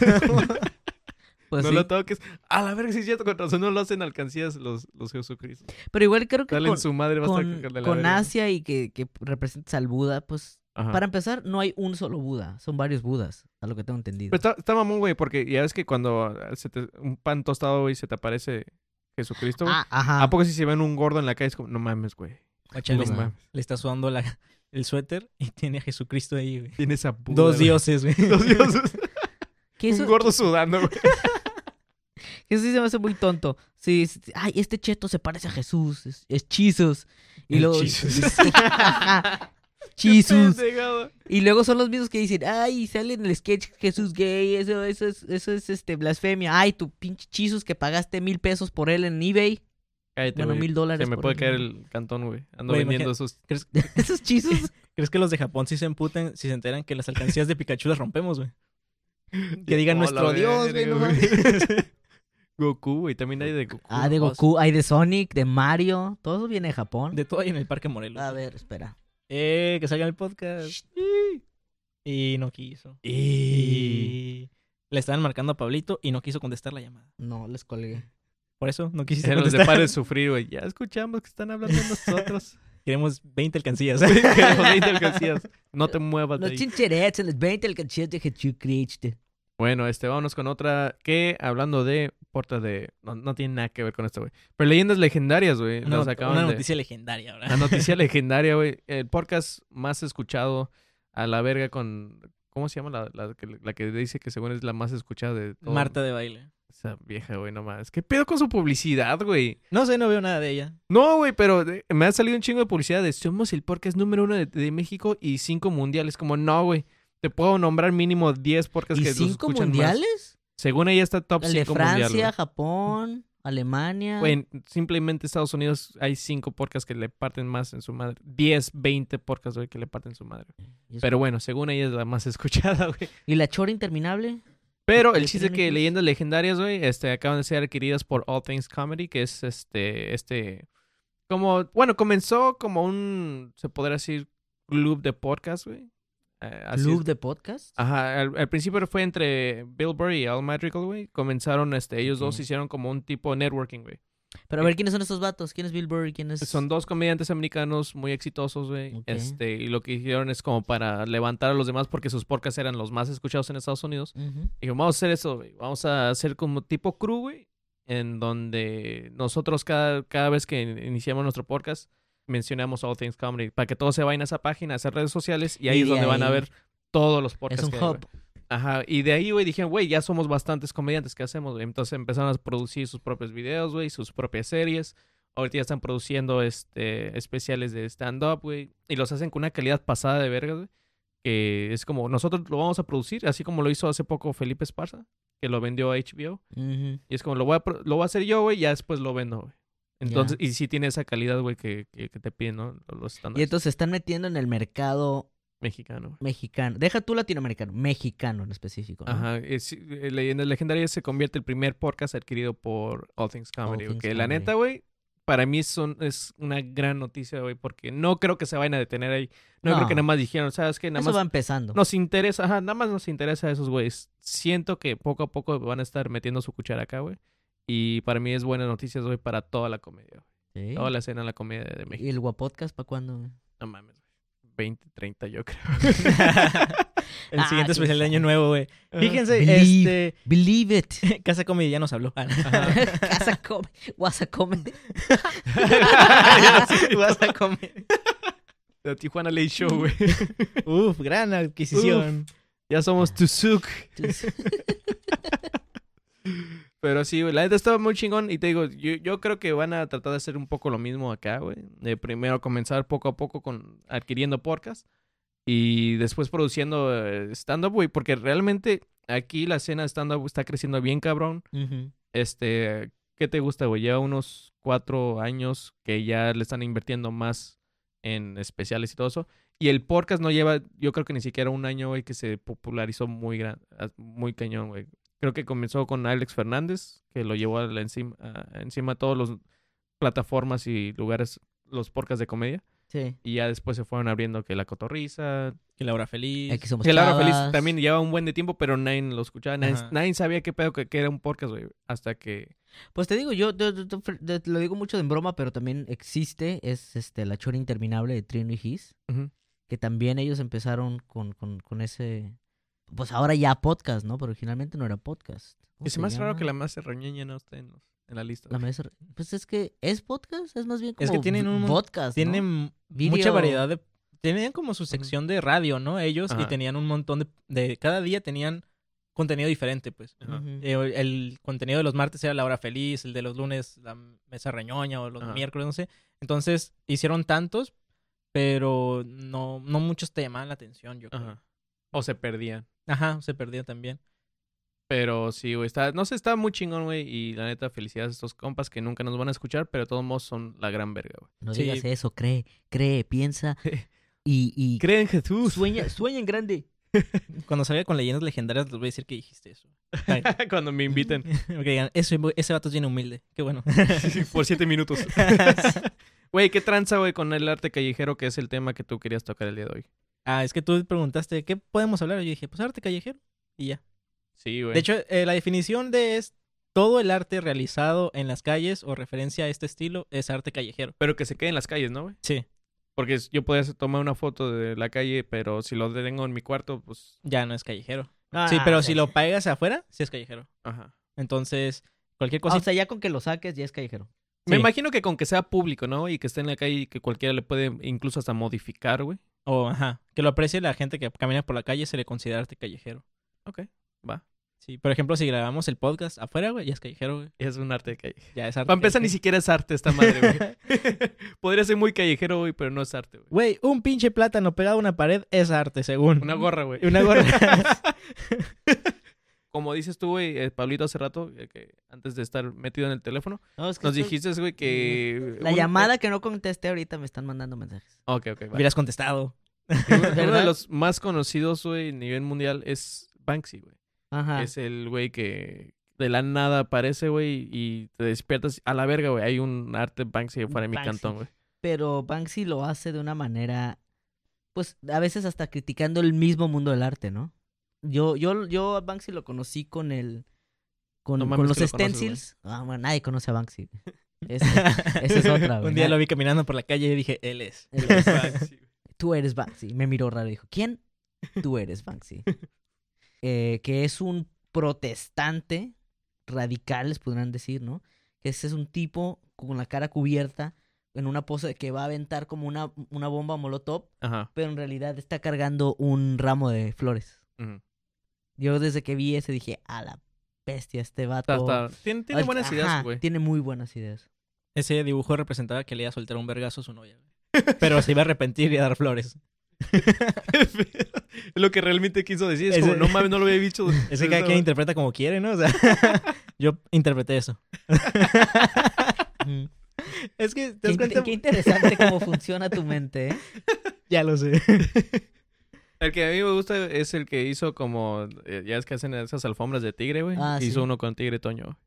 Speaker 2: Pues
Speaker 1: no
Speaker 2: sí.
Speaker 1: lo toques. A la verga, sí es cierto. Con razón no lo hacen alcancías los, los Jesucristo.
Speaker 2: Pero igual creo que
Speaker 1: Dale
Speaker 2: con,
Speaker 1: en su madre, va a estar
Speaker 2: con,
Speaker 1: con la
Speaker 2: con
Speaker 1: verga.
Speaker 2: Asia y que, que representes al Buda, pues
Speaker 1: Ajá.
Speaker 2: Para empezar, no hay un solo Buda, son varios Budas, a lo que tengo entendido.
Speaker 1: Pero está, está mamón, güey, porque ya ves que cuando se te- un pan tostado, güey, se te aparece Jesucristo, güey.
Speaker 2: ah, ajá.
Speaker 1: ¿A poco si se ven un gordo en la calle es como, no mames, güey?
Speaker 3: Guacha, le,
Speaker 1: No
Speaker 3: está-
Speaker 1: mames.
Speaker 3: le está sudando la- el suéter y tiene a Jesucristo ahí, güey.
Speaker 1: Tiene esa puta.
Speaker 3: Dos dioses, güey.
Speaker 1: Dos dioses.
Speaker 2: que
Speaker 1: un
Speaker 2: eso,
Speaker 1: gordo sudando, güey.
Speaker 2: que eso sí se me hace muy tonto. Sí, sí, sí, ay, este cheto se parece a Jesús, es, es Chisus. Y
Speaker 1: El
Speaker 2: luego...
Speaker 1: Chisus.
Speaker 2: Ajá. Chisus.
Speaker 1: Qué pendejada.
Speaker 2: Y luego son los mismos que dicen, ay, sale en el sketch Jesús gay, eso, eso es, eso es este blasfemia. Ay, tu pinche Chisus que pagaste mil pesos por él en eBay.
Speaker 1: Cállate,
Speaker 2: Bueno,
Speaker 1: güey.
Speaker 2: mil dólares
Speaker 1: Se me
Speaker 2: por
Speaker 1: puede
Speaker 2: él.
Speaker 1: caer el cantón, güey. Ando
Speaker 3: Güey,
Speaker 1: vendiendo esos.
Speaker 2: Esos Chisus.
Speaker 3: ¿Crees que los de Japón sí se emputen si se enteran que las alcancías de Pikachu las rompemos, güey? Que digan
Speaker 1: Hola,
Speaker 3: nuestro Dios, güey,
Speaker 1: Oh, verga,
Speaker 3: no
Speaker 1: güey.
Speaker 3: mames.
Speaker 1: Goku, güey. También hay de Goku.
Speaker 2: Ah, de
Speaker 1: no,
Speaker 2: Goku, hay de Sonic, de Mario. Todo eso viene de Japón.
Speaker 3: De todo ahí en el Parque Morelos.
Speaker 2: A ver, espera.
Speaker 3: Eh, que salga el podcast. Y no quiso.
Speaker 1: Y...
Speaker 3: Y le estaban marcando a Pablito y no quiso contestar la llamada.
Speaker 2: No, les colgué.
Speaker 3: Por eso no quisiste
Speaker 1: Se nos
Speaker 3: contestar.
Speaker 1: separa de sufrir, güey. Ya escuchamos que están hablando de nosotros.
Speaker 3: Queremos 20 alcancillas.
Speaker 1: Que nos den alcancías. no te muevas de
Speaker 2: Los
Speaker 1: ahí.
Speaker 2: chincheretes, los 20 alcancías de Jesús Cristo.
Speaker 1: Bueno, este, vámonos con otra que, hablando de portas de... No, no tiene nada que ver con esto, güey. Pero leyendas legendarias, güey.
Speaker 3: Una,
Speaker 1: Las
Speaker 3: not-
Speaker 1: acaban
Speaker 3: una
Speaker 1: de-
Speaker 3: noticia legendaria ahora.
Speaker 1: La noticia legendaria, güey. El podcast más escuchado a la verga con... ¿Cómo se llama la, la que- la que dice que según es la más escuchada de todo?
Speaker 3: Marta de baile.
Speaker 1: Esa vieja, güey, nomás. ¿Qué pedo con su publicidad, güey?
Speaker 3: No sé, no veo nada de ella.
Speaker 1: No, güey, pero de- me ha salido un chingo de publicidad de somos el podcast número uno de, de México y cinco mundiales. Como, no, güey. Te puedo nombrar mínimo 10 podcasts
Speaker 2: ¿Y
Speaker 1: que los
Speaker 2: cinco
Speaker 1: escuchan más.
Speaker 2: mundiales?
Speaker 1: Según ella está top
Speaker 2: El de
Speaker 1: 5
Speaker 2: Francia,
Speaker 1: mundial.
Speaker 2: Japón, Alemania.
Speaker 1: güey. Güey, simplemente Estados Unidos hay cinco podcasts que le parten más en su madre. 10, 20 podcasts, güey, que le parten su madre.
Speaker 2: Y es-
Speaker 1: Pero bueno, según ella es la más escuchada, güey.
Speaker 2: ¿Y la chora interminable?
Speaker 1: Pero el
Speaker 2: ¿Qué
Speaker 1: chiste es
Speaker 2: tiene
Speaker 1: que
Speaker 2: que-
Speaker 1: leyendas legendarias, güey, este, acaban de ser adquiridas por All Things Comedy, que es este, este, como, bueno, comenzó como un, se podría decir, club de podcast, güey. Eh, así
Speaker 2: ¿Club
Speaker 1: es- Ah,
Speaker 2: de podcast?
Speaker 1: Ajá, al, al principio fue entre Bill Burr y Al Madrigal, güey. Comenzaron, este, ellos dos
Speaker 2: Ok.
Speaker 1: hicieron como un tipo networking, güey.
Speaker 2: Pero a ver, ¿quiénes son estos vatos? ¿Quién es Bill Burr y quién es...?
Speaker 1: eh. Son dos comediantes americanos muy exitosos, güey.
Speaker 2: Ok.
Speaker 1: Este, y lo que hicieron es como para levantar a los demás porque sus podcasts eran los más escuchados en Estados Unidos.
Speaker 2: Ujú.
Speaker 1: Y vamos a hacer eso, güey. Vamos a hacer como tipo crew, güey. En donde nosotros cada, cada vez que in- iniciamos nuestro podcast mencionamos All Things Comedy. Para que todos se vayan a esa página, a esas redes sociales. Y ahí
Speaker 2: Y
Speaker 1: es
Speaker 2: de
Speaker 1: donde van a
Speaker 2: ahí-
Speaker 1: ver todos los
Speaker 2: Es
Speaker 1: podcasts.
Speaker 2: un
Speaker 1: que hay, güey.
Speaker 2: hub.
Speaker 1: Ajá. Y de ahí, güey, dijeron, güey, ya somos bastantes comediantes. ¿Qué hacemos, güey? Entonces empezaron a producir sus propios videos, güey. Sus propias series. Ahorita ya están produciendo este especiales de stand-up, güey. Y los hacen con una calidad pasada de verga, güey. Que es como, nosotros lo vamos a producir, así como lo hizo hace poco Felipe Esparza, que lo vendió a HBO.
Speaker 2: Ujú.
Speaker 1: Y es como, lo voy a, pro- lo voy a hacer yo, güey, ya después lo vendo, güey. Entonces, y sí tiene esa calidad, güey, que, que, que te piden, ¿no? Los- Los
Speaker 2: Y
Speaker 1: estándares
Speaker 2: entonces se están metiendo en el mercado
Speaker 1: mexicanos, güey.
Speaker 2: mexicano. Deja tú latinoamericano, mexicano en específico. ¿no?
Speaker 1: Ajá, es, eh, Leyendas Legendarias se convierte el primer podcast adquirido por All Things Comedy,
Speaker 2: All
Speaker 1: güey,
Speaker 2: Things
Speaker 1: que la
Speaker 2: Comedy.
Speaker 1: neta, güey, para mí son, es una gran noticia, güey, porque no creo que se vayan a detener ahí. No, creo que
Speaker 2: No.
Speaker 1: nada más dijeron, ¿sabes qué? Nada
Speaker 2: Eso
Speaker 1: más
Speaker 2: va empezando.
Speaker 1: nos interesa, ajá, nada más nos interesa a esos güeyes. Siento que poco a poco van a estar metiendo su cuchara acá, güey. Y para mí es buena noticia, güey, para toda la comedia, güey.
Speaker 2: Sí.
Speaker 1: toda la escena de la comedia de
Speaker 2: ¿Y
Speaker 1: México.
Speaker 2: el guapodcast para cuándo?
Speaker 1: No mames, güey. 20, 30 yo creo.
Speaker 3: El
Speaker 2: Ah,
Speaker 3: siguiente especial
Speaker 2: chingada.
Speaker 3: de Año Nuevo, güey.
Speaker 1: Ah.
Speaker 3: Fíjense,
Speaker 2: Believe. Believe it.
Speaker 3: este... Casa Comedy ya nos habló. Ah, no.
Speaker 2: Casa come. Guasa come.
Speaker 3: Casa Comedy.
Speaker 1: La Tijuana Late Show, güey.
Speaker 3: Uf, gran adquisición.
Speaker 1: ya somos Tuzuk. Pero sí, güey, la neta estaba muy chingón y te digo, yo, yo creo que van a tratar de hacer un poco lo mismo acá, güey. De primero comenzar poco a poco con adquiriendo podcast y después produciendo eh, stand-up, güey, porque realmente aquí la escena de stand-up está creciendo bien, cabrón.
Speaker 2: Ujú.
Speaker 1: Este, ¿qué te gusta, güey? Lleva unos cuatro años que ya le están invirtiendo más en especiales y todo eso. Y el podcast no lleva, yo creo que ni siquiera un año, güey, que se popularizó muy gran, a- muy cañón, güey. Creo que comenzó con Alex Fernández, que lo llevó a la encima, a- encima de todas las plataformas y lugares, los podcasts de comedia.
Speaker 2: Sí.
Speaker 1: Y ya después se fueron abriendo que La Cotorriza,
Speaker 3: Que Laura feliz.
Speaker 2: Aquí somos
Speaker 1: que La Hora
Speaker 2: chavas.
Speaker 1: Feliz también lleva un buen de tiempo, pero nadie lo escuchaba. Nadie,
Speaker 3: Ajá.
Speaker 1: nadie sabía qué pedo que, que era un podcast, güey. Hasta que
Speaker 2: Pues te digo, yo yo- yo- yo- yo te lo digo mucho en broma, pero también existe, es este la chora interminable de Trino y His,
Speaker 1: Ujú.
Speaker 2: que también ellos empezaron con, con, con ese, pues ahora ya podcast, ¿no? Pero originalmente no era podcast. ¿Cómo
Speaker 1: Y se me hace raro
Speaker 2: llama?
Speaker 1: que la más serrañeña no esté en, los- en la lista.
Speaker 2: La
Speaker 1: güey.
Speaker 2: mesa- Pues es que es podcast, es más bien como
Speaker 3: Es que tienen
Speaker 2: v-
Speaker 3: un-
Speaker 2: podcast, ¿no?
Speaker 3: Tienen m- mucha
Speaker 2: Video.
Speaker 3: variedad de... Tenían como su sección de radio, ¿no? Ellos y
Speaker 1: Ajá.
Speaker 3: tenían un montón de, de... Cada día tenían contenido diferente, pues.
Speaker 1: Ajá.
Speaker 2: Ujú.
Speaker 3: Eh, el- el contenido de los martes era la hora feliz, el de los lunes la mesa reñoña o los
Speaker 1: Ajá.
Speaker 3: miércoles, no sé. Entonces hicieron tantos, pero no, no muchos te llamaban la atención, yo creo. Ajá,
Speaker 1: Ajá. O se perdían.
Speaker 3: se perdió también.
Speaker 1: Pero sí, güey, está, no sé, está muy chingón, güey. Y la neta, felicidades a estos compas que nunca nos van a escuchar, pero de todos modos son la gran verga, güey.
Speaker 2: No
Speaker 3: Sí.
Speaker 2: digas eso, cree, cree, piensa. y, y
Speaker 1: Cree en Jesús.
Speaker 2: sueña, sueña en grande.
Speaker 3: Cuando salga con leyendas legendarias, les voy a decir que dijiste eso.
Speaker 1: Cuando me inviten.
Speaker 3: Porque digan, "Ese- ese vato es bien humilde. Qué bueno.
Speaker 1: Por siete minutos. Güey, qué tranza, güey, con el arte callejero que es el tema que tú querías tocar el día de hoy.
Speaker 3: Ah, es que tú preguntaste, ¿qué podemos hablar? Yo dije, pues arte callejero. Y ya.
Speaker 1: Sí, güey.
Speaker 3: De hecho, eh, la definición de es todo el arte realizado en las calles o referencia a este estilo es arte callejero.
Speaker 1: pero que se quede en las calles, ¿no, güey?
Speaker 3: Sí.
Speaker 1: Porque es- yo podía tomar una foto de la calle, pero si lo tengo en mi cuarto, pues.
Speaker 3: Ya no es callejero.
Speaker 2: Ah,
Speaker 3: sí, pero
Speaker 2: sí,
Speaker 3: si
Speaker 2: sí.
Speaker 3: lo pegas afuera, sí es callejero.
Speaker 1: Ajá.
Speaker 3: Entonces, cualquier
Speaker 2: Ah,
Speaker 3: cosa.
Speaker 2: o sea, ya con que lo saques, ya es callejero.
Speaker 1: Me
Speaker 3: Sí.
Speaker 1: imagino que con que sea público, ¿no? Y que esté en la calle y que cualquiera le puede incluso hasta modificar, güey.
Speaker 3: o, ajá, que lo aprecie la gente que camina por la calle, se le considera arte callejero.
Speaker 1: Ok, va.
Speaker 3: Sí, por ejemplo, si grabamos el podcast afuera, güey, ya es callejero, güey.
Speaker 1: Es un arte de calle.
Speaker 3: Ya es arte.
Speaker 1: Para empezar, ni
Speaker 3: callejero.
Speaker 1: siquiera es arte esta madre, güey. Podría ser muy callejero, güey, pero no es arte, güey.
Speaker 3: Güey, un pinche plátano pegado a una pared es arte, según.
Speaker 1: Una gorra, güey.
Speaker 3: Una gorra.
Speaker 1: Como dices tú, güey, eh, Pablito, hace rato, eh, que antes de estar metido en el teléfono,
Speaker 2: No, es que
Speaker 1: nos
Speaker 2: esto-
Speaker 1: dijiste, güey, que...
Speaker 2: La
Speaker 1: un-
Speaker 2: llamada que no contesté ahorita me están mandando mensajes.
Speaker 1: Ok, ok, va.
Speaker 3: Hubieras contestado.
Speaker 1: Uno de
Speaker 2: ¿Verdad?
Speaker 1: los más conocidos, güey, a nivel mundial es Banksy, güey.
Speaker 2: Ajá.
Speaker 1: Es el güey que de la nada aparece, güey, y te despiertas a la verga, güey. Hay un arte Banksy fuera de mi
Speaker 2: Banksy.
Speaker 1: cantón, güey.
Speaker 2: Pero Banksy lo hace de una manera, pues a veces hasta criticando el mismo mundo del arte, ¿no? Yo, yo, yo a Banksy lo conocí con el, con,
Speaker 1: No
Speaker 2: con
Speaker 1: mames
Speaker 2: los
Speaker 1: que lo conoces,
Speaker 2: stencils. Ah, bueno, nadie conoce a Banksy. Este, Ese- esa es otra, güey.
Speaker 3: Un día lo vi caminando por la calle y dije, él es.
Speaker 2: él es- Tú eres Banksy. Me miró raro y dijo, ¿quién? Tú eres Banksy. Eh, que es un protestante radical, les podrán decir, ¿no? Que ese es un tipo con la cara cubierta en una pose que va a aventar como una, una bomba molotov,
Speaker 1: Ajá.
Speaker 2: pero en realidad está cargando un ramo de flores.
Speaker 1: ujú.
Speaker 2: Yo desde que vi ese dije, a la bestia, este vato.
Speaker 1: Está- está- Tiene, tiene
Speaker 2: Ay,
Speaker 1: buenas
Speaker 2: ajá,
Speaker 1: ideas, güey.
Speaker 2: Tiene muy buenas ideas.
Speaker 3: Ese dibujo representaba que le iba a soltar un vergazo a su novia. güey. Pero se iba a arrepentir y a dar flores.
Speaker 1: lo que realmente quiso decir. Es
Speaker 3: Ese-
Speaker 1: como, no mames, no lo había dicho.
Speaker 3: Ese que cada quien interpreta como quiere, ¿no? O sea, yo interpreté eso.
Speaker 2: Ujú.
Speaker 3: Es que, ¿te
Speaker 2: Qué,
Speaker 3: das
Speaker 2: inte-
Speaker 3: cuenta?
Speaker 2: qué interesante cómo funciona tu mente, ¿eh?
Speaker 3: Ya lo sé.
Speaker 1: El que a mí me gusta es el que hizo como... eh, ya es que hacen esas alfombras de tigre, güey.
Speaker 2: Ah,
Speaker 1: hizo
Speaker 2: sí.
Speaker 1: uno con tigre toño.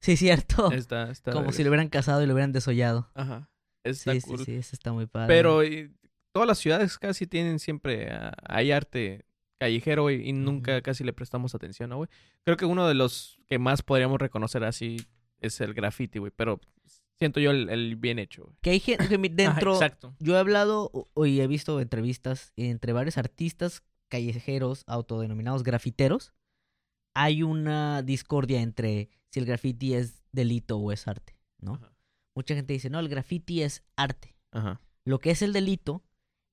Speaker 2: Sí, cierto.
Speaker 1: Está, está
Speaker 2: Como
Speaker 1: verga.
Speaker 2: si lo hubieran casado y lo hubieran desollado.
Speaker 1: Ajá. Está
Speaker 2: Sí,
Speaker 1: cool.
Speaker 2: sí, sí, eso está muy padre.
Speaker 1: Pero eh, todas las ciudades casi tienen siempre, ah, hay arte callejero güey, y nunca casi le prestamos atención, ¿no, güey? Creo que uno de los que más podríamos reconocer así es el graffiti, güey, pero siento yo el, el bien hecho, güey.
Speaker 2: Que hay gente que mi- dentro...
Speaker 3: Ajá, exacto.
Speaker 2: Yo he hablado o- o- y he visto entrevistas entre varios artistas callejeros, autodenominados grafiteros. Hay una discordia entre si el graffiti es delito o es arte, ¿no?
Speaker 1: Ajá.
Speaker 2: Mucha gente dice, no, el graffiti es arte.
Speaker 1: Ajá.
Speaker 2: Lo que es el delito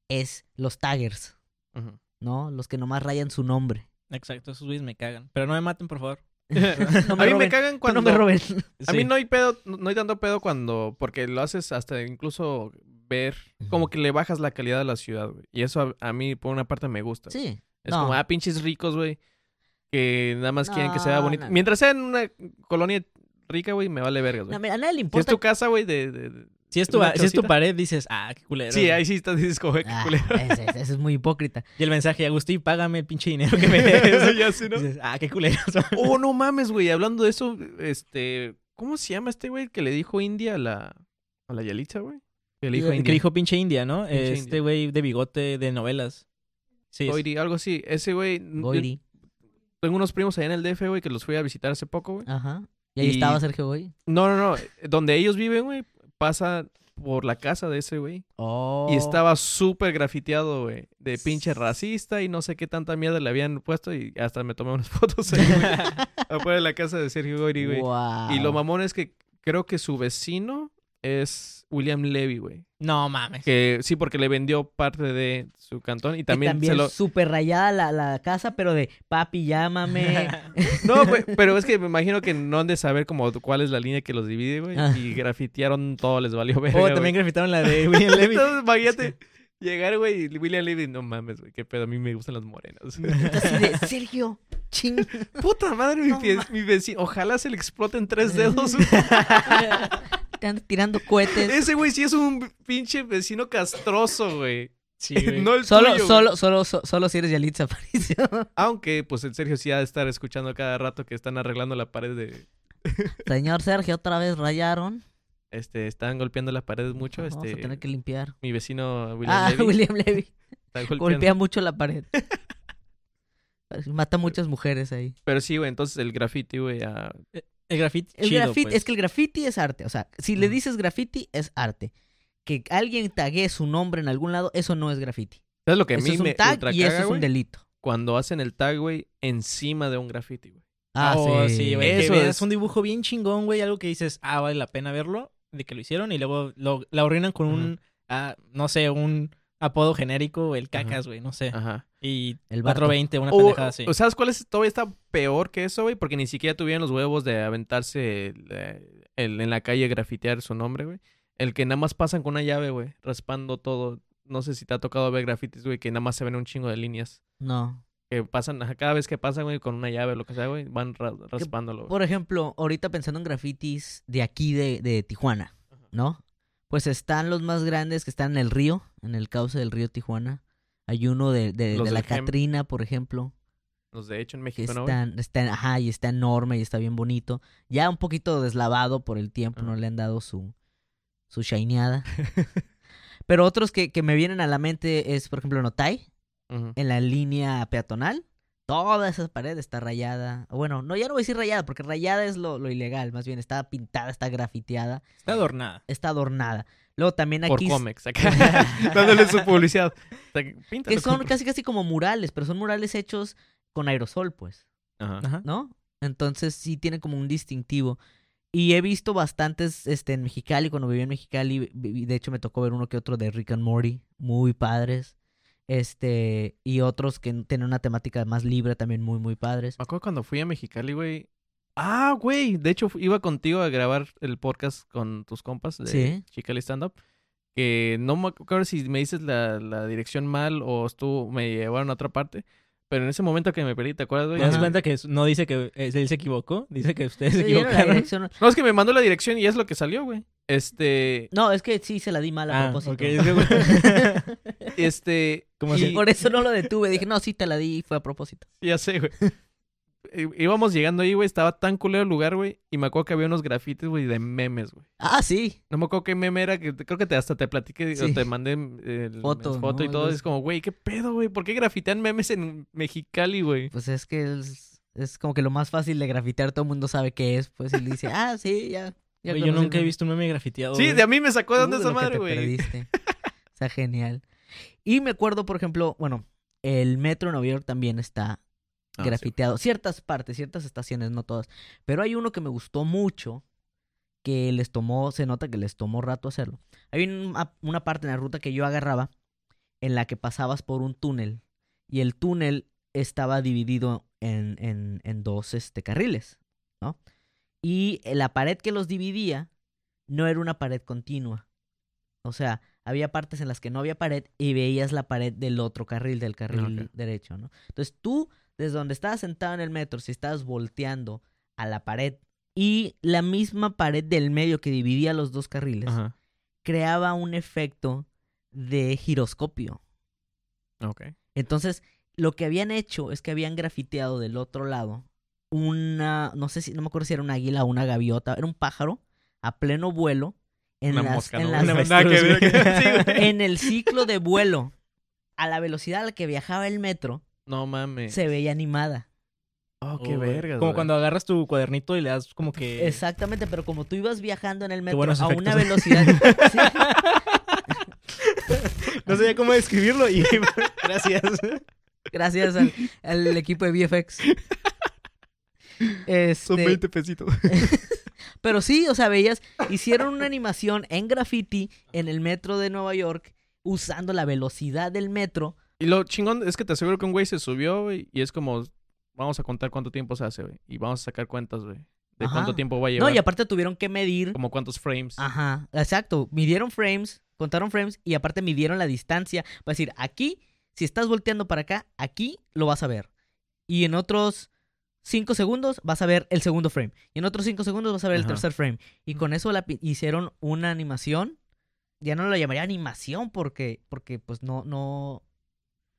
Speaker 2: es los taggers,
Speaker 1: Ujú.
Speaker 2: ¿no? Los que nomás rayan su nombre.
Speaker 3: Exacto, esos güeyes me cagan. Pero no me maten, por favor.
Speaker 2: No me
Speaker 1: a mí me
Speaker 2: roben,
Speaker 1: cagan
Speaker 2: que
Speaker 1: cuando...
Speaker 2: no me roben.
Speaker 1: A
Speaker 3: Sí.
Speaker 1: mí no hay pedo, no no hay tanto pedo cuando... Porque lo haces hasta incluso ver... Como que le bajas la calidad a la ciudad, güey. Y eso a, a mí, por una parte, me gusta. güey.
Speaker 2: Sí.
Speaker 1: Es
Speaker 2: No.
Speaker 1: como, ah, pinches ricos, güey. Que nada más quieren que sea
Speaker 2: No,
Speaker 1: bonito.
Speaker 2: no, no.
Speaker 1: Mientras sea en una colonia rica, güey, me vale vergas,
Speaker 2: No,
Speaker 1: güey.
Speaker 2: mira, a nadie le
Speaker 1: si es
Speaker 2: importa.
Speaker 1: tu casa, güey, de, de- de-
Speaker 3: Si es, tu,
Speaker 1: Una
Speaker 3: si es tu
Speaker 1: chocita.
Speaker 3: pared, dices, ah, qué culero.
Speaker 1: Sí, ahí sí estás dices, como, "Qué
Speaker 2: Ah,
Speaker 1: culero".
Speaker 2: ese- ese- ese es muy hipócrita.
Speaker 3: Y el mensaje, Agustín, págame el pinche dinero que me
Speaker 1: Eso
Speaker 3: des.
Speaker 1: ya sí, ¿no?
Speaker 3: Dices, ah, qué culero.
Speaker 1: Oh, no mames, güey. Hablando de eso, este... ¿Cómo se llama este güey que le dijo India a la... A la Yalitza, güey? Que le dijo
Speaker 3: Que
Speaker 1: India.
Speaker 3: dijo pinche India, ¿no?
Speaker 1: Pinche
Speaker 3: este
Speaker 1: India.
Speaker 3: güey de bigote de novelas. Sí. es-
Speaker 1: Goiri, algo así. Ese güey... n-
Speaker 2: Goiri.
Speaker 1: Tengo unos primos allá en el DF, güey, que los fui a visitar hace poco, güey.
Speaker 2: Ajá. Y ahí
Speaker 1: Y-
Speaker 2: estaba Sergio Goy.
Speaker 1: No, no, no. Donde ellos viven, güey, pasa por la casa de ese güey.
Speaker 3: Oh.
Speaker 1: Y estaba súper grafiteado, güey. De pinche racista y no sé qué tanta mierda le habían puesto. Y hasta me tomé unas fotos ahí, güey. afuera de la casa de Sergio Goyri, güey.
Speaker 2: Guau.
Speaker 1: Y lo mamón es que creo que su vecino es William Levy, güey.
Speaker 3: No mames.
Speaker 1: Que sí, porque le vendió parte de su cantón y
Speaker 2: Y también,
Speaker 1: también, se lo...
Speaker 2: súper rayada la, la casa, pero de papi, llámame.
Speaker 1: No, güey, pero es que me imagino que no han de saber como cuál es la línea que los divide, güey.
Speaker 2: Ah.
Speaker 1: Y grafitearon todo, les valió verga,
Speaker 3: Oh,
Speaker 1: güey.
Speaker 3: también grafitaron la de William Levy.
Speaker 1: Entonces, imagínate llegar, güey, y William Levy, no mames, güey, qué pedo, a mí me gustan las morenas.
Speaker 2: Así de, Sergio, ching.
Speaker 1: Puta madre, mi,
Speaker 2: No
Speaker 1: pie- mi vecino. Ojalá se le exploten tres dedos.
Speaker 2: Te ando tirando cohetes.
Speaker 1: Ese güey sí es un pinche vecino castroso, güey.
Speaker 3: Sí, güey.
Speaker 1: no el
Speaker 2: Solo,
Speaker 1: tuyo, güey.
Speaker 2: solo, solo, so- solo si eres Yalitza Aparicio.
Speaker 1: Aunque, pues, el Sergio sí ha de estar escuchando cada rato que están arreglando la pared de...
Speaker 2: Señor Sergio, otra vez rayaron.
Speaker 1: Este, están golpeando las paredes mucho,
Speaker 2: Vamos
Speaker 1: este...
Speaker 2: a tener que limpiar.
Speaker 1: Mi vecino William
Speaker 2: ah,
Speaker 1: Levy
Speaker 2: William Levy.
Speaker 1: está golpeando.
Speaker 2: Golpea mucho la pared. Mata muchas mujeres ahí.
Speaker 1: Pero sí, güey, entonces el graffiti, güey, ah,
Speaker 3: El graffiti.
Speaker 2: El
Speaker 3: chido,
Speaker 2: graffiti-
Speaker 3: pues.
Speaker 2: Es que el graffiti es arte. O sea, si le
Speaker 1: Mm.
Speaker 2: dices graffiti, es arte. Que alguien taguee su nombre en algún lado, eso no es graffiti.
Speaker 1: ¿Sabes lo que a
Speaker 2: Eso
Speaker 1: mí
Speaker 2: es un
Speaker 1: me
Speaker 2: tag
Speaker 1: ultra
Speaker 2: y eso
Speaker 1: caga,
Speaker 2: es
Speaker 1: güey?
Speaker 2: un delito.
Speaker 1: Cuando hacen el tag, güey, encima de un graffiti, güey.
Speaker 2: Ah,
Speaker 3: Oh,
Speaker 2: sí.
Speaker 3: güey. que
Speaker 1: Eso
Speaker 3: veas
Speaker 1: es.
Speaker 3: un dibujo bien chingón, güey. Algo que dices, ah, vale la pena verlo. De que lo hicieron y luego lo, la ordenan con un, ah, no sé, un apodo genérico, el cacas, güey, no sé.
Speaker 1: Ajá.
Speaker 3: Y
Speaker 2: El vato.
Speaker 3: 420, una
Speaker 1: O,
Speaker 3: pendejada así.
Speaker 1: o ¿Sabes cuál es? Todavía está peor que eso, güey, porque ni siquiera tuvieron los huevos de aventarse el, eh, el- en la calle grafitear su nombre, güey. El que nada más pasan con una llave, güey, raspando todo. No sé si te ha tocado ver grafitis, güey, que nada más se ven un chingo de líneas.
Speaker 2: No.
Speaker 1: Que pasan, ajá, cada vez que pasan, güey, con una llave o lo que sea, güey, van ra- raspándolo. güey.
Speaker 2: Por ejemplo, ahorita pensando en grafitis de aquí de, de Tijuana, ¿no? Pues están los más grandes que están en el río, en el cauce del río Tijuana. Hay uno de, de-
Speaker 1: Los
Speaker 2: de la
Speaker 1: del Gem.
Speaker 2: Catrina, por ejemplo,
Speaker 1: Los de hecho en
Speaker 2: que
Speaker 1: México, ¿no, güey?
Speaker 2: están, están- ajá, y está enorme y está bien bonito. Ya un poquito deslavado por el tiempo, no
Speaker 1: Ajá.
Speaker 2: le han dado su, su shineada. Pero otros que, que me vienen a la mente es, por ejemplo, Notay,
Speaker 1: Ujú.
Speaker 2: en la línea peatonal. Toda esa pared está rayada. Bueno, no, ya no voy a decir rayada, porque rayada es lo, lo ilegal. Más bien, está pintada, está grafiteada,
Speaker 3: Está adornada.
Speaker 2: está adornada. Luego también
Speaker 1: Por
Speaker 2: aquí... s-
Speaker 1: cómics, acá. Dándole su publicidad. O sea, píntalo
Speaker 2: que son
Speaker 1: con-
Speaker 2: casi casi como murales, pero son murales hechos con aerosol, pues,
Speaker 1: Ajá.
Speaker 3: Ajá.
Speaker 2: ¿no? Entonces sí tiene como un distintivo. Y he visto bastantes este, en Mexicali, cuando viví en Mexicali, vi- de hecho me tocó ver uno que otro de Rick and Morty, muy padres. Este, y otros que tienen una temática más libre también muy, muy padres.
Speaker 1: Me acuerdo cuando fui a Mexicali, güey. Ah, güey. De hecho, fu- iba contigo a grabar el podcast con tus compas de
Speaker 2: Sí.
Speaker 1: Chicali Stand Up. Que no me acuerdo si me dices la, la dirección mal o estuvo, me llevaron a otra parte. Pero en ese momento que me perdí, ¿te acuerdas,
Speaker 3: ¿Te
Speaker 1: güey?
Speaker 3: das
Speaker 2: Ajá.
Speaker 3: cuenta que es- no dice que eh, él se equivocó? Dice que ustedes se
Speaker 2: Sí, dieron la
Speaker 3: equivocaron.
Speaker 2: dirección.
Speaker 1: No, es que me mandó la dirección y es lo que salió, güey. Este,
Speaker 2: No, es que sí se la di mal a
Speaker 3: Ah,
Speaker 2: propósito.
Speaker 3: ok, es que, güey,
Speaker 1: este.
Speaker 3: ¿Cómo
Speaker 1: y-
Speaker 3: así?
Speaker 2: Por eso no lo detuve. Dije, no, sí te la di y fue a propósito.
Speaker 1: Ya sé, güey. I- Íbamos llegando ahí, güey. Estaba tan culero el lugar, güey. Y me acuerdo que había unos grafites, güey, de memes, güey.
Speaker 2: Ah, sí.
Speaker 1: No me acuerdo qué meme era, que te- creo que te, hasta te platiqué
Speaker 2: Sí.
Speaker 1: o te mandé eh, el-
Speaker 2: Foto,
Speaker 1: el foto
Speaker 2: ¿no?
Speaker 1: y
Speaker 2: Algo
Speaker 1: todo.
Speaker 2: así.
Speaker 1: Es como, güey, ¿qué pedo, güey? ¿Por qué grafitean memes en Mexicali, güey?
Speaker 2: Pues es que es, es como que lo más fácil de grafitear. Todo el mundo sabe qué es. Pues y le dice, ah, sí, ya. ya
Speaker 3: Güey, yo
Speaker 2: conocí
Speaker 3: nunca he
Speaker 2: el-
Speaker 3: visto un meme grafiteado.
Speaker 1: Sí,
Speaker 3: güey.
Speaker 1: de a mí me sacó de onda
Speaker 2: Oh, Uh,
Speaker 1: esa
Speaker 2: lo que
Speaker 1: madre,
Speaker 2: te
Speaker 1: güey.
Speaker 2: perdiste. Está genial. Y me acuerdo, por ejemplo, bueno, el metro de Nueva York también está
Speaker 1: Ah, sí,
Speaker 2: grafiteado. Ciertas partes, ciertas estaciones, no todas. Pero hay uno que me gustó mucho, que les tomó, se nota que les tomó rato hacerlo. Hay una, una parte en la ruta que yo agarraba en la que pasabas por un túnel y el túnel estaba dividido en, en- en dos este, carriles, ¿no? Y la pared que los dividía no era una pared continua. O sea, había partes en las que no había pared y veías la pared del otro carril, del carril
Speaker 1: ok.
Speaker 2: derecho, ¿no? Entonces tú, desde donde estabas sentado en el metro, si estabas volteando a la pared y la misma pared del medio que dividía los dos carriles,
Speaker 1: Ajá.
Speaker 2: creaba un efecto de giroscopio.
Speaker 1: Ok.
Speaker 2: Entonces, lo que habían hecho es que habían grafiteado del otro lado una, no sé si, no me acuerdo si era una águila o una gaviota, era un pájaro a pleno vuelo en,
Speaker 1: Una
Speaker 2: las-
Speaker 1: mosca,
Speaker 2: en
Speaker 1: ¿no?
Speaker 2: las-
Speaker 1: Una
Speaker 3: Nada
Speaker 1: avestruz,
Speaker 3: que ver,
Speaker 1: güey.
Speaker 3: que-
Speaker 1: Sí, güey.
Speaker 2: en el ciclo de vuelo, a la velocidad a la que viajaba el metro,
Speaker 1: No mames.
Speaker 2: se veía animada.
Speaker 1: Oh,
Speaker 3: Oh,
Speaker 1: qué
Speaker 3: güey.
Speaker 1: vergas,
Speaker 3: Como
Speaker 1: güey.
Speaker 3: cuando agarras tu cuadernito y le das como que.
Speaker 2: Exactamente, pero como tú ibas viajando en el metro
Speaker 3: buenos
Speaker 2: a una
Speaker 3: efectos.
Speaker 2: velocidad... Sí,
Speaker 3: No sabía cómo describirlo y. Gracias.
Speaker 2: gracias al, al equipo de VFX.
Speaker 1: Son
Speaker 2: Este,
Speaker 1: 20 pesitos.
Speaker 2: Pero sí, o sea, veías, hicieron una animación en graffiti en el metro de Nueva York usando la velocidad del metro.
Speaker 1: Y lo chingón es que te aseguro que un güey se subió, güey, y es como, vamos a contar cuánto tiempo se hace, güey. Y vamos a sacar cuentas, güey. De
Speaker 2: Ajá.
Speaker 1: cuánto tiempo va a
Speaker 2: No,
Speaker 1: llevar.
Speaker 2: y aparte Ah, tuvieron que medir.
Speaker 1: Como cuántos frames.
Speaker 2: Ajá, exacto. Midieron frames, contaron frames y aparte midieron la distancia. Va a decir, aquí, si estás volteando para acá, aquí lo vas a ver. Y en otros cinco segundos vas a ver el segundo frame. Y en otros cinco segundos vas a ver el
Speaker 1: Ajá.
Speaker 2: tercer frame. Y con eso la pi- hicieron una animación ya no lo llamaría animación porque, porque pues no, no,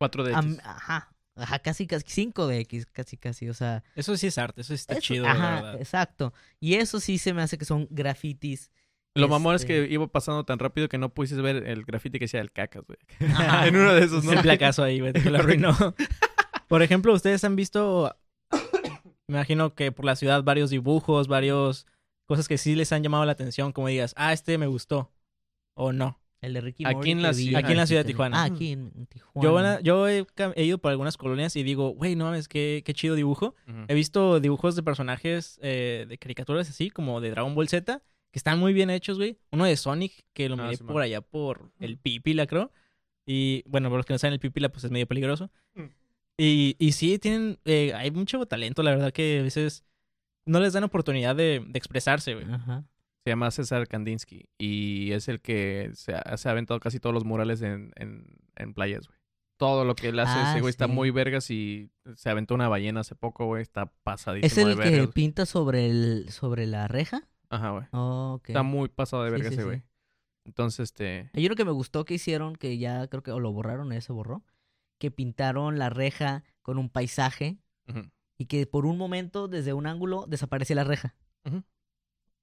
Speaker 1: 4D.
Speaker 2: am- ah, ajá, ajá, casi, casi 5DX, casi, casi, o sea,
Speaker 3: Eso sí es arte, eso sí está
Speaker 2: eso-
Speaker 3: chido, la
Speaker 2: ajá,
Speaker 3: verdad.
Speaker 2: exacto, y eso sí se me hace que son grafitis,
Speaker 1: Lo mamón
Speaker 2: este-
Speaker 1: es que iba pasando tan rápido que no pudiste ver el graffiti que decía el cacas, güey.
Speaker 2: Ajá.
Speaker 1: en uno de esos, ¿no?
Speaker 3: Es el placazo ahí, güey, que lo arruinó. por ejemplo, ustedes han visto, me imagino que por la ciudad, varios dibujos, varios cosas que sí les han llamado la atención, como digas, ah, este me gustó, o no.
Speaker 2: el de Ricky
Speaker 1: Aquí
Speaker 2: Morty
Speaker 1: en la
Speaker 2: que vi,
Speaker 1: ciudad- aquí en
Speaker 3: la
Speaker 2: sí,
Speaker 3: ciudad de
Speaker 2: también.
Speaker 3: Tijuana.
Speaker 2: Ah, aquí en, en Tijuana.
Speaker 3: Yo, la- yo he, cam- he ido por algunas colonias y digo, güey, no mames, qué, qué chido dibujo.
Speaker 1: Ujú.
Speaker 3: He visto dibujos de personajes eh, de caricaturas así, como de Dragon Ball Z, que están muy bien hechos, güey. Uno de Sonic, que lo
Speaker 1: Ah,
Speaker 3: miré
Speaker 1: sí, man.
Speaker 3: por allá por el Pipila, creo. Y bueno, para los que no saben, el Pipila, pues es medio peligroso.
Speaker 1: Mm.
Speaker 3: Y, y sí, tienen. eh, hay mucho talento, la verdad, que a veces no les dan oportunidad de, de expresarse, güey.
Speaker 2: Ajá.
Speaker 1: Se llama César Kandinsky y es el que se ha, se ha aventado casi todos los murales en, en, en playas, güey. Todo lo que él hace,
Speaker 2: Ah,
Speaker 1: ese güey está
Speaker 2: sí.
Speaker 1: muy vergas y se aventó una ballena hace poco, güey. Está pasadísimo
Speaker 2: ¿Es el
Speaker 1: de vergas.
Speaker 2: que pinta sobre el sobre la reja?
Speaker 1: Ajá, güey.
Speaker 2: Oh, ok.
Speaker 1: Está muy pasado de
Speaker 2: Sí,
Speaker 1: verga
Speaker 2: sí,
Speaker 1: ese
Speaker 2: sí.
Speaker 1: güey. Entonces, este...
Speaker 2: Hay uno que me gustó que hicieron, que ya creo que o lo borraron, ya se borró, que pintaron la reja con un paisaje
Speaker 1: ujú.
Speaker 2: y que por un momento, desde un ángulo, desaparecía la reja.
Speaker 1: Ujú.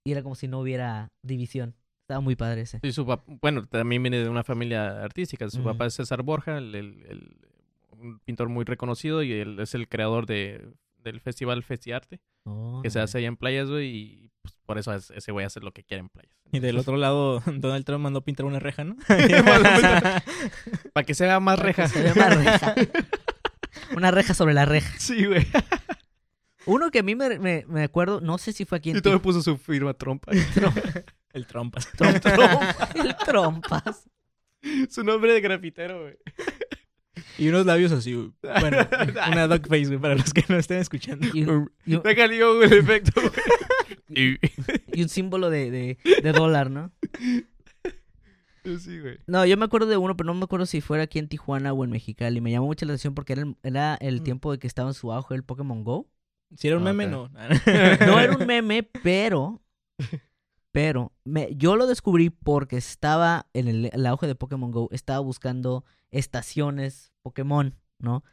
Speaker 2: Y era como si no hubiera división. Estaba muy padre ese.
Speaker 1: Sí, su pap- bueno, también viene de una familia artística. Su
Speaker 2: Ujú.
Speaker 1: papá es César Borja, el, el- el- un pintor muy reconocido y él es el creador de, del festival Festiarte,
Speaker 2: Oh,
Speaker 1: que se
Speaker 2: no.
Speaker 1: hace allá en playas, güey, y pues, por eso es- ese güey hace lo que quiere en playas.
Speaker 3: Y del otro lado, Donald Trump mandó pintar una reja, ¿no?
Speaker 1: Para que se haga más
Speaker 2: Para que
Speaker 1: reja.
Speaker 2: se vea más reja. Una reja sobre la reja.
Speaker 1: Sí, güey.
Speaker 2: Uno que a mí me, me- me acuerdo, no sé si fue aquí en
Speaker 1: Y todo puso su firma trompa.
Speaker 3: el Trump.
Speaker 2: Tijuana. Trompas. El trompas.
Speaker 1: su nombre de grafitero, güey.
Speaker 3: Y unos labios así, güey. Bueno, una dog face, güey, para los que no estén escuchando.
Speaker 2: Y un, y un-
Speaker 1: Déjale yo güey, el efecto, güey.
Speaker 2: y un símbolo de, de- de dólar, ¿no?
Speaker 1: Y- sí, güey.
Speaker 2: No, yo me acuerdo de uno, pero no me acuerdo si fuera aquí en Tijuana o en Mexicali. Me llamó mucho la atención porque era el, era el
Speaker 3: Mm.
Speaker 2: tiempo de que estaba en su auge el Pokémon GO.
Speaker 3: Si era un
Speaker 1: Ah,
Speaker 3: meme,
Speaker 1: ok.
Speaker 3: no.
Speaker 2: No era un meme, pero. Pero me- yo lo descubrí porque estaba en el, el auge de Pokémon Go, estaba buscando estaciones Pokémon, ¿no?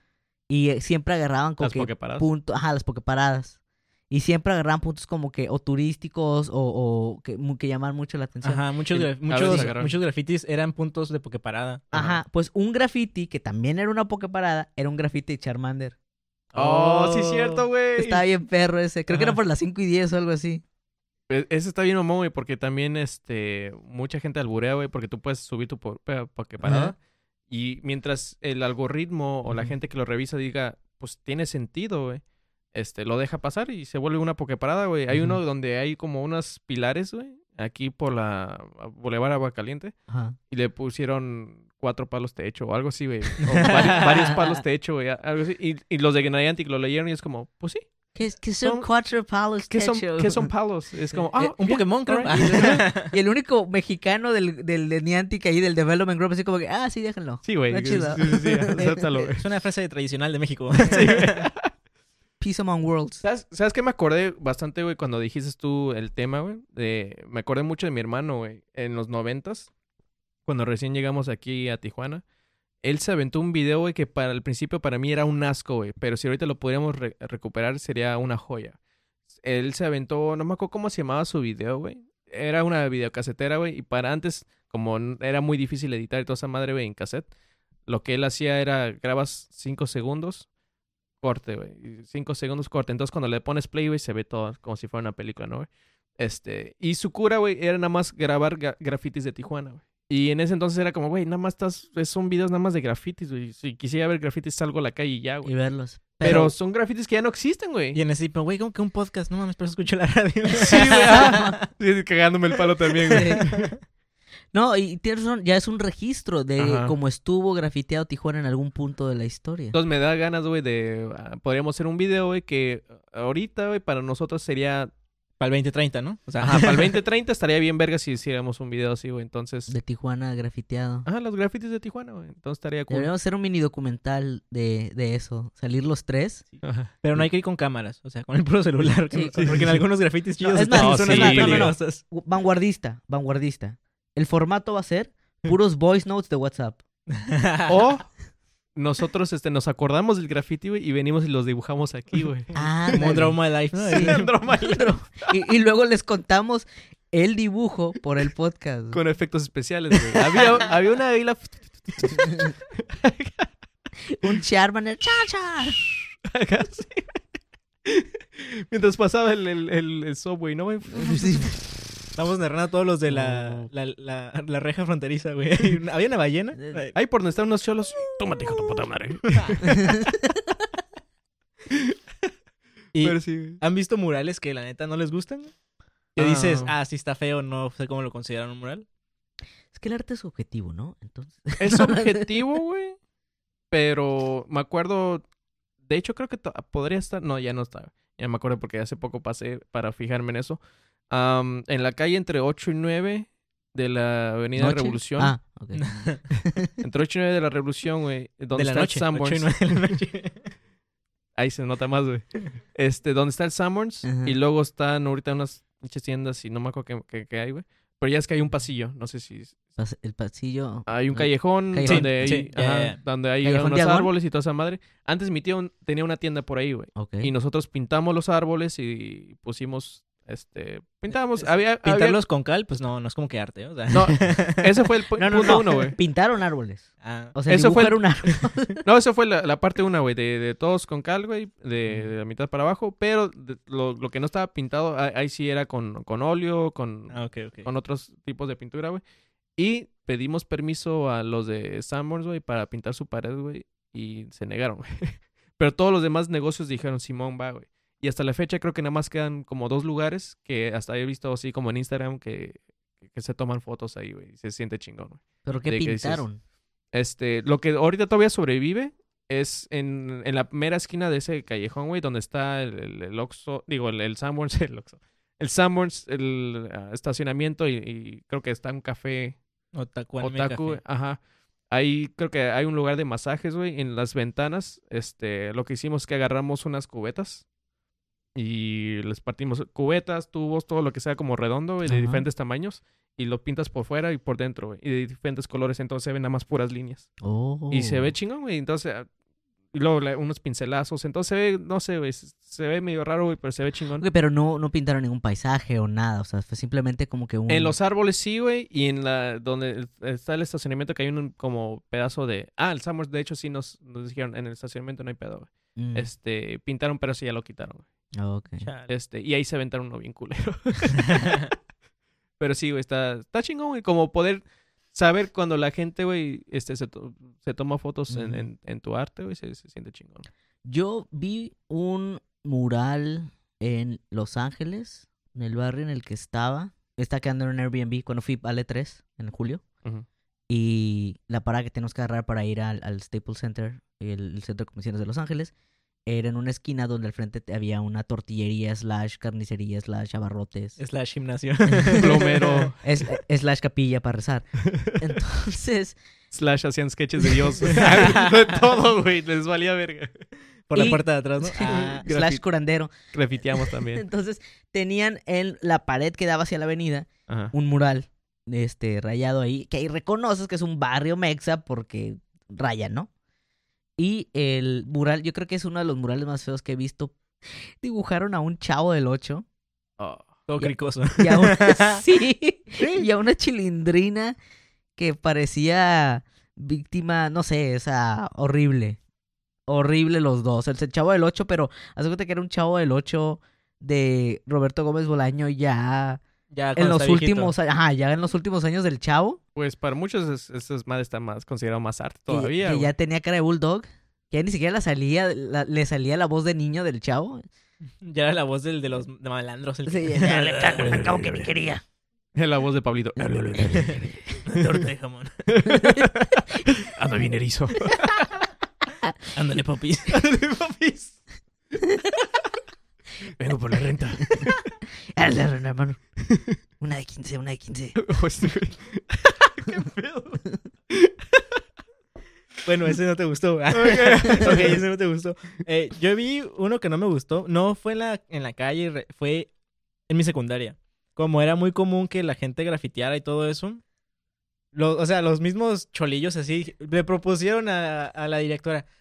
Speaker 2: Y eh, siempre agarraban como
Speaker 1: Las
Speaker 2: que
Speaker 1: pokeparadas.
Speaker 2: punto- ajá, las Poképaradas. Y siempre agarraban puntos como que o turísticos o, o que, mu- que llaman mucho la atención. Ajá.
Speaker 3: Ajá, muchos,
Speaker 1: El-
Speaker 3: gra-
Speaker 1: a veces
Speaker 3: muchos,
Speaker 1: agarraron.
Speaker 3: muchos grafitis eran puntos de Poképarada.
Speaker 2: pues un graffiti que también era una Poképarada, era un graffiti de Charmander.
Speaker 1: Oh, sí, es cierto, güey.
Speaker 2: Estaba bien perro ese, creo que era
Speaker 3: Ajá.
Speaker 2: por las 5 y 10 o algo así.
Speaker 1: E- Ese está bien mamón, güey, porque también este, mucha gente alburea, güey, porque tú puedes subir tu po- pe- pokeparada
Speaker 2: Ajá.
Speaker 1: y mientras el algoritmo o la
Speaker 2: Ujú.
Speaker 1: gente que lo revisa diga, pues tiene sentido, güey, este, lo deja pasar y se vuelve una pokeparada, güey. Hay uno
Speaker 2: Ujú.
Speaker 1: donde hay como unos pilares, güey, aquí por la ah, Boulevard Agua Caliente
Speaker 2: Ajá.
Speaker 1: y le pusieron cuatro palos de hecho o algo así, güey. O vari- varios palos de hecho, güey, algo así. Y, y los de Gnayantic lo leyeron y es como, pues sí,
Speaker 2: ¿Qué, qué son,
Speaker 1: Son-
Speaker 2: cuatro palos
Speaker 1: ¿qué son,
Speaker 2: techo?
Speaker 1: ¿qué son palos? Es como, ah,
Speaker 3: Eh, un
Speaker 1: bien,
Speaker 3: Pokémon, creo.
Speaker 1: alright.
Speaker 2: Y el único mexicano del, del de Niantic ahí, del Development Group, así como que, ah, sí, déjenlo.
Speaker 1: Sí, güey.
Speaker 2: Está
Speaker 1: Sí,
Speaker 2: chido.
Speaker 1: sí, sí, sí, acéptalo, güey.
Speaker 3: Es una frase tradicional de México.
Speaker 2: Peace Among Worlds.
Speaker 1: ¿Sabes, ¿Sabes qué me acordé bastante, güey, cuando dijiste tú el tema, güey? De- me acordé mucho de mi hermano, güey. En los noventas, cuando recién llegamos aquí a Tijuana, él se aventó un video, güey, que para el principio para mí era un asco, güey. Pero si ahorita lo pudiéramos re- recuperar, sería una joya. Él se aventó, no me acuerdo cómo se llamaba su video, güey. Era una videocasetera, güey. Y para antes, como n- era muy difícil editar y toda esa madre, güey, en cassette, lo que él hacía era grabas cinco segundos corte, güey. y Cinco segundos corte. Entonces, cuando le pones play, güey, se ve todo como si fuera una película, ¿no, güey? Este, y su cura, güey, era nada más grabar ga- grafitis de Tijuana, güey. Y en ese entonces era como, güey, nada más estás, son videos nada más de grafitis, güey. Si quisiera ver grafitis, salgo a la calle y ya,
Speaker 2: Y
Speaker 1: güey.
Speaker 2: verlos.
Speaker 1: Pero, son grafitis que ya no existen,
Speaker 3: y
Speaker 1: güey.
Speaker 3: en ese tipo, güey, ¿cómo que un podcast? No mames, pero escucho la radio.
Speaker 1: Sí, güey. ah. Sí, cagándome el palo también, güey.
Speaker 2: no, y tienes razón, ya es un registro de
Speaker 1: Ajá.
Speaker 2: cómo estuvo grafiteado Tijuana en algún punto de la historia.
Speaker 1: Entonces me da ganas, güey, de... ah, Podríamos hacer un video, güey, que ahorita, güey, para nosotros sería...
Speaker 3: Para el 2030, ¿no? O sea,
Speaker 1: Ajá, para el 2030 estaría bien verga si hiciéramos un video así, güey. Entonces...
Speaker 2: De Tijuana grafiteado.
Speaker 1: Ajá, los grafitis de Tijuana, güey. Entonces estaría cool.
Speaker 2: Deberíamos hacer un mini documental de, de eso. Salir los tres.
Speaker 1: Ajá.
Speaker 3: pero no hay que ir con cámaras, o sea, con el puro celular.
Speaker 2: Sí,
Speaker 3: porque en algunos grafitis chidos
Speaker 2: es más,
Speaker 3: están- son
Speaker 1: es más,
Speaker 3: más
Speaker 1: no, no, no.
Speaker 3: peligrosos.
Speaker 2: Vanguardista, vanguardista. el formato va a ser puros voice notes de WhatsApp. Oh,
Speaker 1: O nosotros este, nos acordamos del graffiti, güey, y venimos y los dibujamos aquí, güey.
Speaker 2: Ah,
Speaker 3: Como un drama de life, ¿no?
Speaker 2: Sí.
Speaker 1: Un drama ahí,
Speaker 2: y, y luego les contamos el dibujo por el podcast. güey.
Speaker 1: Con efectos especiales, güey. Había, había una águila.
Speaker 2: Un Charmander. ¡Char, char!
Speaker 1: acá, sí. Mientras pasaba el, el, el, el subway, ¿no, güey?
Speaker 3: Estamos narrando a todos los de la,
Speaker 1: No.
Speaker 3: la, la- la reja fronteriza, güey. ¿Había una ballena?
Speaker 2: Eh,
Speaker 1: Ahí por donde están unos cholos. Tómate, hijo de tu puta madre.
Speaker 3: Y-
Speaker 1: Pero sí, güey.
Speaker 3: ¿Han visto murales que la neta no les gustan? Que
Speaker 1: Ah.
Speaker 3: dices, ah, sí está feo, no sé cómo lo consideran un mural.
Speaker 2: Es que el arte es subjetivo, ¿no? Entonces.
Speaker 1: Es objetivo, güey. Pero me acuerdo. De hecho, creo que to- podría estar. No, ya no está. Ya me acuerdo porque hace poco pasé para fijarme en eso. Am, en la calle entre 8 y 9 de la Avenida
Speaker 2: ¿noche?
Speaker 1: Revolución.
Speaker 2: Ah, ok.
Speaker 1: Entre 8 y 9 de la Revolución, güey. Donde
Speaker 3: De la
Speaker 1: está
Speaker 3: noche.
Speaker 1: el Sanborns.
Speaker 3: ocho y nueve de la noche.
Speaker 1: Ahí se nota más, güey. Este, donde está el Sanborns.
Speaker 2: Ajá.
Speaker 1: Y luego están ahorita unas pinches tiendas y no me acuerdo qué, qué- qué hay, güey. Pero ya es que hay un pasillo. No sé si.
Speaker 2: Pas- El pasillo.
Speaker 1: Hay un
Speaker 2: Ah,
Speaker 1: callejón,
Speaker 2: callejón.
Speaker 1: donde hay,
Speaker 3: Sí, sí, ya,
Speaker 1: ajá,
Speaker 3: ya, ya.
Speaker 1: Donde hay
Speaker 2: Callejón
Speaker 1: unos
Speaker 2: diagonal.
Speaker 1: árboles y toda esa madre. Antes mi tío tenía una tienda por ahí, güey.
Speaker 2: Ok.
Speaker 1: Y nosotros pintamos los árboles y pusimos, este, pintamos,
Speaker 3: es-
Speaker 1: había, había-
Speaker 3: Pintarlos con cal, pues no, no es como que arte, ¿eh? o sea.
Speaker 1: No, ese fue el pu-
Speaker 2: No, no,
Speaker 1: punto
Speaker 2: no.
Speaker 1: uno, güey.
Speaker 2: Pintaron árboles.
Speaker 3: Ah,
Speaker 2: O sea, el
Speaker 1: Eso
Speaker 2: dibujo
Speaker 1: fue-
Speaker 2: era un árbol.
Speaker 1: No, esa fue la, la parte una, güey, de, de todos con cal, güey, de, de la mitad para abajo, pero de- lo, lo que no estaba pintado, ah, ahí sí era con, con óleo, con,
Speaker 3: ah, ok, ok.
Speaker 1: con otros tipos de pintura, güey. Y pedimos permiso a los de Sanborns, güey, para pintar su pared, güey. Y se negaron, güey. Pero todos los demás negocios dijeron, Simón va, güey. Y hasta la fecha creo que nada más quedan como dos lugares que hasta he visto así como en Instagram que, que se toman fotos ahí, güey. y Se siente chingón, güey.
Speaker 2: ¿Pero qué
Speaker 1: ¿De qué dices?
Speaker 2: pintaron?
Speaker 1: Este, lo que ahorita todavía sobrevive es en, en la mera esquina de ese callejón, güey, donde está el, el, el Oxxo- digo, el, el Sanborns, el Oxxo. El Sanborns, el ah, estacionamiento y, y creo que está un café
Speaker 3: Otaku, anime
Speaker 1: otaku,
Speaker 3: café.
Speaker 1: ajá. Ahí creo que hay un lugar de masajes, güey, en las ventanas. Este, lo que hicimos es que agarramos unas cubetas y les partimos cubetas, tubos, todo lo que sea como redondo, güey, de
Speaker 2: Ajá.
Speaker 1: diferentes tamaños. Y lo pintas por fuera y por dentro, güey. Y de diferentes colores, entonces se ven nada más puras líneas.
Speaker 2: Oh.
Speaker 1: Y se ve chingón, güey. Entonces, ah, y luego le- unos pincelazos. Entonces se ve, no sé, güey, se- se ve medio raro, güey, pero se ve chingón.
Speaker 2: Ok, pero no, no pintaron ningún paisaje o nada. O sea, fue simplemente como que un.
Speaker 1: En los árboles sí, güey, y en la donde el- está el estacionamiento que hay un como pedazo de ah, el Summers de hecho sí nos, nos dijeron en el estacionamiento no hay pedo, güey.
Speaker 2: Mm,
Speaker 1: Este, pintaron pero sí ya lo quitaron, güey.
Speaker 2: ok.
Speaker 3: Chale.
Speaker 1: Este, y ahí se aventaron uno bien culero. pero sí, güey, está está chingón, güey, como poder saber cuando la gente, güey, este se, to- se toma fotos en,
Speaker 2: Ujú.
Speaker 1: en- en tu arte, güey, se, se siente chingón.
Speaker 2: Yo vi un mural en Los Ángeles, en el barrio en el que estaba. Está quedando en un Airbnb cuando fui a L3 en julio.
Speaker 1: Ujú.
Speaker 2: Y la parada que tenemos que agarrar para ir al, al Staples Center, el, el centro de convenciones de Los Ángeles, era en una esquina donde al frente te- había una tortillería, slash carnicería, slash abarrotes,
Speaker 3: Slash gimnasio.
Speaker 1: Plomero
Speaker 2: es- eh, slash capilla para rezar. Entonces,
Speaker 1: slash hacían sketches de Dios. de todo, güey, les valía verga.
Speaker 3: Por la
Speaker 2: Y-
Speaker 3: puerta de atrás, ¿no? Ah,
Speaker 2: slash curandero.
Speaker 1: Grafiteamos también.
Speaker 2: Entonces, tenían en la pared que daba hacia la avenida
Speaker 1: Ajá.
Speaker 2: un mural este rayado ahí, que ahí reconoces que es un barrio mexa porque raya, ¿no? Y el mural, yo creo que es uno de los murales más feos que he visto. Dibujaron a un chavo del 8
Speaker 1: Oh.
Speaker 3: todo cricoso.
Speaker 2: y a una, sí, y a una chilindrina que parecía víctima, no sé, esa horrible. Horrible los dos. El, el chavo del 8, pero haz de cuenta que era un chavo del 8 de Roberto Gómez Bolaño ya
Speaker 3: Ya
Speaker 2: en
Speaker 3: cuando
Speaker 2: los
Speaker 3: está viejito.
Speaker 2: últimos, a- ajá, ya en los últimos años del chavo.
Speaker 1: Pues para muchos es- esas madres está más considerado más arte
Speaker 2: que-
Speaker 1: todavía.
Speaker 2: Que,
Speaker 1: güey.
Speaker 2: ya tenía cara de bulldog. Que ya ni siquiera la salía, la- le salía la voz de niño del chavo.
Speaker 3: Ya era la voz del, de los de malandros. El
Speaker 2: Sí, ya le- ya le- al cabo que ni quería.
Speaker 1: La voz de Pablito.
Speaker 3: Torta de jamón.
Speaker 1: Ando bien erizo.
Speaker 3: Ándale, papis.
Speaker 1: Papis. Vengo por la renta.
Speaker 2: Ah, la- la- la mano. Una de 15, una de 15.
Speaker 1: Pues, güey.
Speaker 3: Bueno, ese no te gustó. ¿verdad? ok, ese no te gustó. Eh, yo vi uno que no me gustó. No fue en la, en la calle, re- fue en mi secundaria. Como era muy común que la gente grafiteara y todo eso, Lo- o sea, los mismos cholillos así le propusieron a, a la directora. O sea,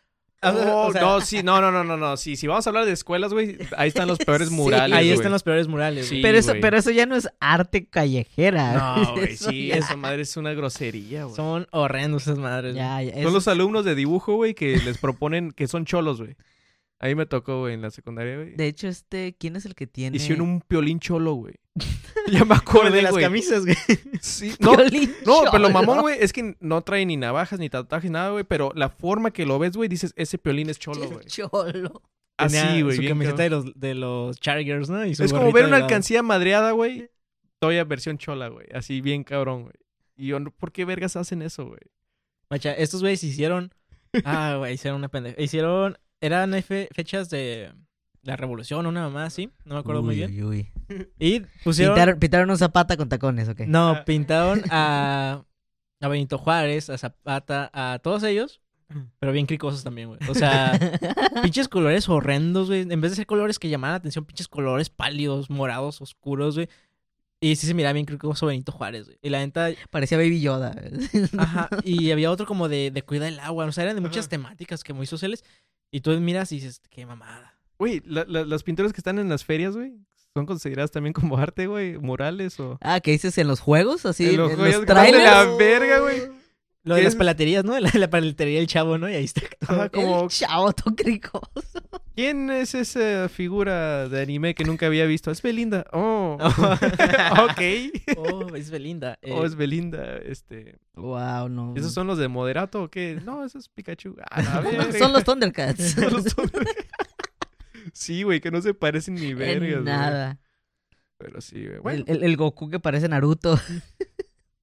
Speaker 1: Oh,
Speaker 3: o sea,
Speaker 1: no, sí, no, no, no, no, no. Sí, si vamos a hablar de escuelas, güey, ahí están los peores
Speaker 2: Sí.
Speaker 1: murales.
Speaker 3: ahí
Speaker 1: güey.
Speaker 3: están los peores murales.
Speaker 1: Sí,
Speaker 3: güey.
Speaker 2: pero, eso,
Speaker 1: güey.
Speaker 2: pero eso ya no es arte callejera.
Speaker 1: No, güey, sí,
Speaker 2: ya-
Speaker 1: esa madre es una grosería, güey. Son,
Speaker 3: Son horrendos esas madres. güey.
Speaker 2: Ya, ya, eso-
Speaker 1: los alumnos de dibujo, güey, que les proponen que son cholos, güey. Ahí me tocó, güey, en la secundaria, güey.
Speaker 2: De hecho, este, ¿quién es el que tiene?
Speaker 1: Hicieron un piolín cholo, güey. ya me
Speaker 3: Como el
Speaker 1: acordé,
Speaker 3: de las
Speaker 1: güey.
Speaker 3: camisas, güey.
Speaker 1: Sí, no,
Speaker 2: Violín
Speaker 1: no, pero lo
Speaker 2: cholo.
Speaker 1: mamón, güey, es que no trae ni navajas, ni tatuajes, nada, güey. Pero la forma que lo ves, güey, dices, ese piolín es cholo, güey.
Speaker 2: Cholo.
Speaker 1: Así,
Speaker 3: Tenía
Speaker 1: güey.
Speaker 3: Su
Speaker 1: bien
Speaker 3: camiseta
Speaker 1: cabrón.
Speaker 3: de los, de los Chargers, ¿no? Y su
Speaker 1: Es como
Speaker 3: gorrito
Speaker 1: ver una
Speaker 3: de lado.
Speaker 1: alcancía madreada, güey. Todavía versión chola, güey. Así bien cabrón, güey. Y yo, ¿por qué vergas hacen eso, güey?
Speaker 3: Macha, estos güeyes hicieron. Ah, güey, hicieron una pendeja. Hicieron. Eran fe- fechas de la revolución, una mamá así. No me acuerdo muy
Speaker 2: Uy,
Speaker 3: bien.
Speaker 2: uy, uy.
Speaker 3: Y pusieron.
Speaker 2: Pintaron, pintaron un zapata con tacones, ok.
Speaker 3: No, pintaron a. A Benito Juárez, a Zapata, a todos ellos. Pero bien cricosos también, güey. O sea, pinches colores horrendos, güey. En vez de ser colores que llamaban la atención, pinches colores pálidos, morados, oscuros, güey. Y sí se miraba bien cricoso Benito Juárez, güey. Y la neta,
Speaker 2: Parecía Baby Yoda.
Speaker 3: Ajá, y había otro como de, de cuida el agua, o sea, eran de muchas temáticas que muy sociales. Y tú miras y dices, qué mamada.
Speaker 1: Güey, la- la- las pinturas que están en las ferias, güey, son consideradas también como arte, güey. Murales o.
Speaker 2: Ah, ¿qué dices? ¿En los juegos? ¿Así?
Speaker 1: En
Speaker 2: ¿En
Speaker 1: los
Speaker 2: los,
Speaker 1: juegos, ¡vale
Speaker 2: trailers?
Speaker 1: la verga, güey!
Speaker 3: Lo de
Speaker 1: Es-
Speaker 3: las palaterías, ¿no? La, la palatería del chavo, ¿no? Y ahí está.
Speaker 1: Ajá, como.
Speaker 2: El chavo tócrico.
Speaker 1: ¿Quién es esa figura de anime que nunca había visto? Es Belinda. Oh. ok.
Speaker 3: Oh, es Belinda. eh,
Speaker 1: Oh, es Belinda. Este.
Speaker 2: Wow, no.
Speaker 1: ¿Esos son los de moderato o qué? No, esos es Pikachu. Ah, la verga.
Speaker 2: Son los Thundercats.
Speaker 1: Son los Tom- Sí, güey, que no se parecen ni
Speaker 2: En
Speaker 1: vergas. güey.
Speaker 2: nada.
Speaker 1: Pero sí, güey. Bueno,
Speaker 2: El, el- el Goku que parece Naruto.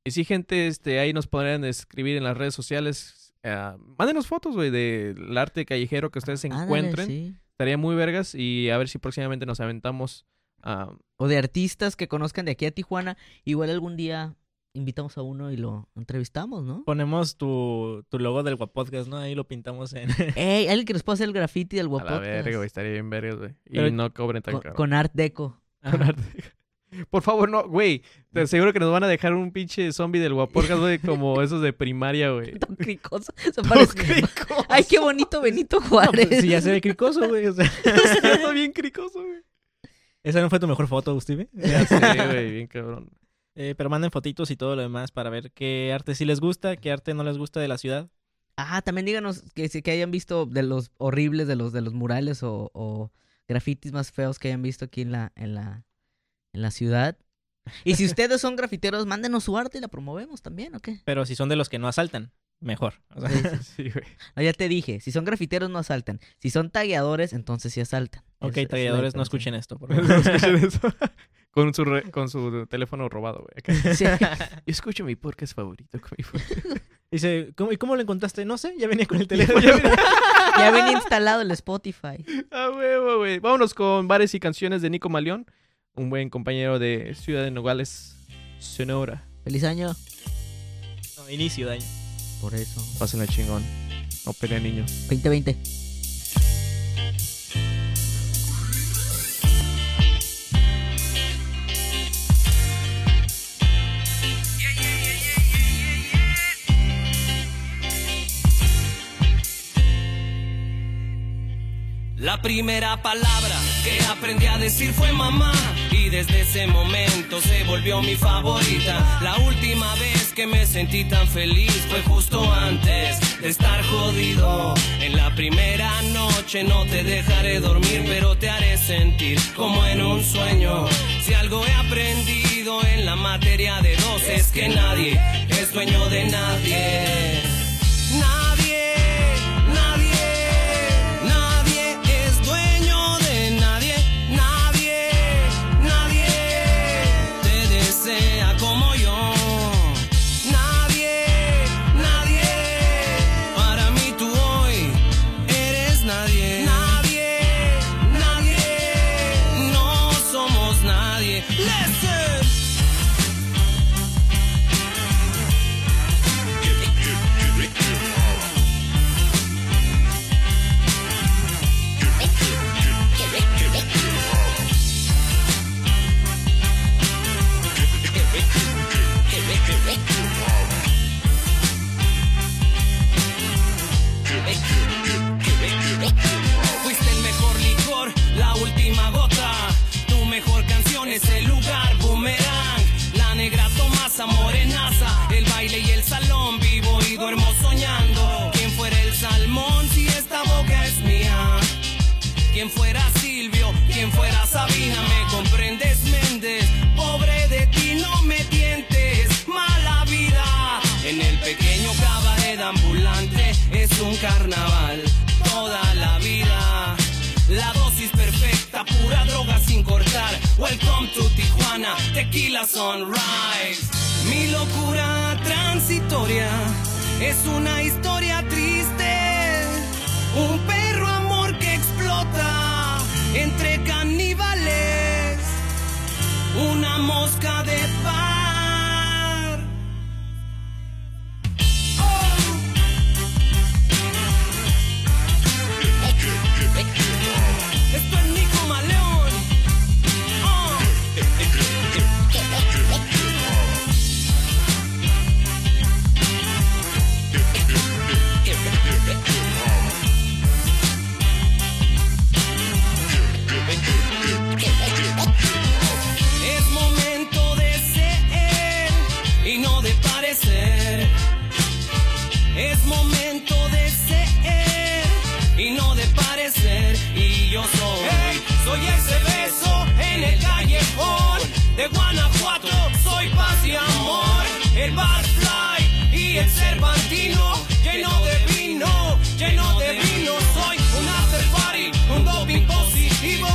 Speaker 1: Y sí, gente, este, ahí nos podrían escribir en las redes sociales. eh, mándenos fotos, güey, del arte callejero que ustedes
Speaker 2: Ah, Ándale,
Speaker 1: encuentren.
Speaker 2: sí.
Speaker 1: Estaría muy vergas y a ver si próximamente nos aventamos ah, a...
Speaker 2: O de artistas que conozcan de aquí a Tijuana. Igual algún día invitamos a uno y lo entrevistamos, ¿no?
Speaker 3: Ponemos tu, tu logo del Guapodcast, ¿no? Ahí lo pintamos en...
Speaker 2: Ey, alguien que nos pueda hacer el graffiti del
Speaker 1: a la
Speaker 2: guapo.
Speaker 1: verga, güey. Estaría bien vergas, güey. Y
Speaker 3: Pero-
Speaker 1: no cobren tan
Speaker 2: Con,
Speaker 1: caro.
Speaker 2: con Art Deco.
Speaker 1: Con arte. Por favor, no, güey. Te aseguro que nos van a dejar un pinche zombie del guaporcas, güey, como esos de primaria, güey.
Speaker 2: Tócricoso. Se parece. Ay, qué bonito Benito Juárez.
Speaker 1: pues,
Speaker 3: si ya se ve cricoso, güey. o sea.
Speaker 1: Está bien cricoso, güey.
Speaker 3: Esa no fue tu mejor foto, Steve.
Speaker 1: Ya sé, güey, bien cabrón.
Speaker 3: Eh, pero manden fotitos y todo lo demás para ver qué arte sí les gusta, qué arte no les gusta de la ciudad.
Speaker 2: Ah, también díganos que, si- que hayan visto de los horribles, de los, de los murales o, o grafitis más feos que hayan visto aquí en la, en la, en la ciudad. Y si ustedes son grafiteros, mándenos su arte y la promovemos también, ¿o qué?
Speaker 3: Pero si son de los que no asaltan, mejor. O sea,
Speaker 1: Sí, güey.
Speaker 2: No, ya te dije, si son grafiteros no asaltan. Si son tagueadores, entonces sí asaltan.
Speaker 3: ok,
Speaker 2: Esa- esa es la
Speaker 3: talladores, no
Speaker 2: diferencia.
Speaker 3: escuchen esto. Por favor.
Speaker 1: No escuchen eso. Con su, re- con su teléfono robado, güey. acá.
Speaker 2: Sí.
Speaker 1: Yo escucho mi podcast favorito con mi podcast.
Speaker 3: Dice, ¿cómo, ¿y cómo lo encontraste? No sé, ya venía con el teléfono.
Speaker 1: Ya venía-
Speaker 2: ya venía instalado el Spotify.
Speaker 1: Ah, huevo, güey. Vámonos con bares y canciones de Nico Maleón, un buen compañero de Ciudad de Nogales, Sonora.
Speaker 2: Feliz año.
Speaker 3: No, inicio, daño.
Speaker 2: Por eso.
Speaker 1: Pásenla chingón. No peleen, niños.
Speaker 2: 2020.
Speaker 4: La primera palabra que aprendí a decir fue mamá y desde ese momento se volvió mi favorita. La última vez que me sentí tan feliz fue justo antes de estar jodido. En la primera noche no te dejaré dormir, pero te haré sentir como en un sueño. Si algo he aprendido en la materia de dos es que nadie es dueño de nadie. Nadie, nadie, nadie es dueño de nadie, nadie, nadie te desea como yo. Nadie, nadie, para mí tú hoy eres nadie. Nadie, nadie, no somos nadie. Listen. ese lugar, boomerang. La negra Tomasa, morenaza, el baile y el salón, vivo y duermo soñando. Quien fuera el salmón si esta boca es mía? Quien fuera Silvio, quien fuera Sabina, me comprendes, Méndez. Pobre de ti, no me tientes, mala vida. En el pequeño cabaret ambulante es un carnaval, toda la vida. La dosis perfecta, pura droga sin cortar. Welcome to Tijuana, tequila sunrise. Mi locura transitoria es una historia triste. Un perro amor que explota entre caníbales. Una mosca de par. Oh. Esto es Nico Maleón. Ah. Es momento de ser y no de parecer. Es momento de ser y no de parecer. Y yo soy, Hey, soy ese beso en el callejón de Guanajuato. Soy paz y amor, el barfly y el cervantino lleno de vino, lleno de vino. Soy un after party, un doping positivo,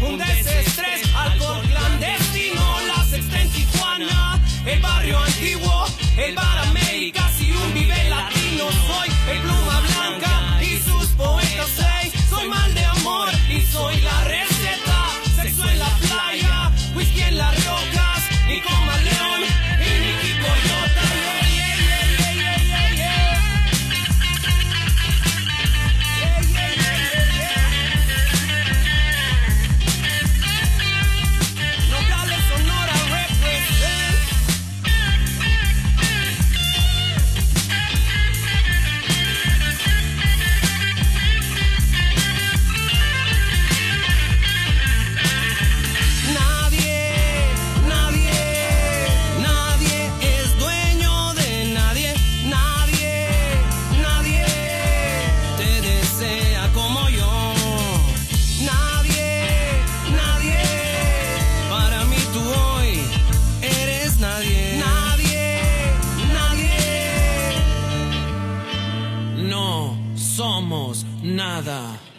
Speaker 4: un desestrés, alcohol clandestino, la sexta en Tijuana, el barrio antiguo, el bar América, si un vive latino soy, el pluma blanca y sus poetas seis, soy mal de amor y soy la receta, sexo en la playa, whisky en las rocas, Nico Maleón y Nicky Coyota. Yeah, yeah, yeah, yeah, yeah, yeah. Yeah, yeah, yeah, yeah, yeah. Nogales, Sonora, represent. Nadie, nadie, nadie es dueño de nadie, nadie, nadie te desea como yo. Nadie, nadie, para mí tú hoy eres nadie, nadie, nadie. No somos nada.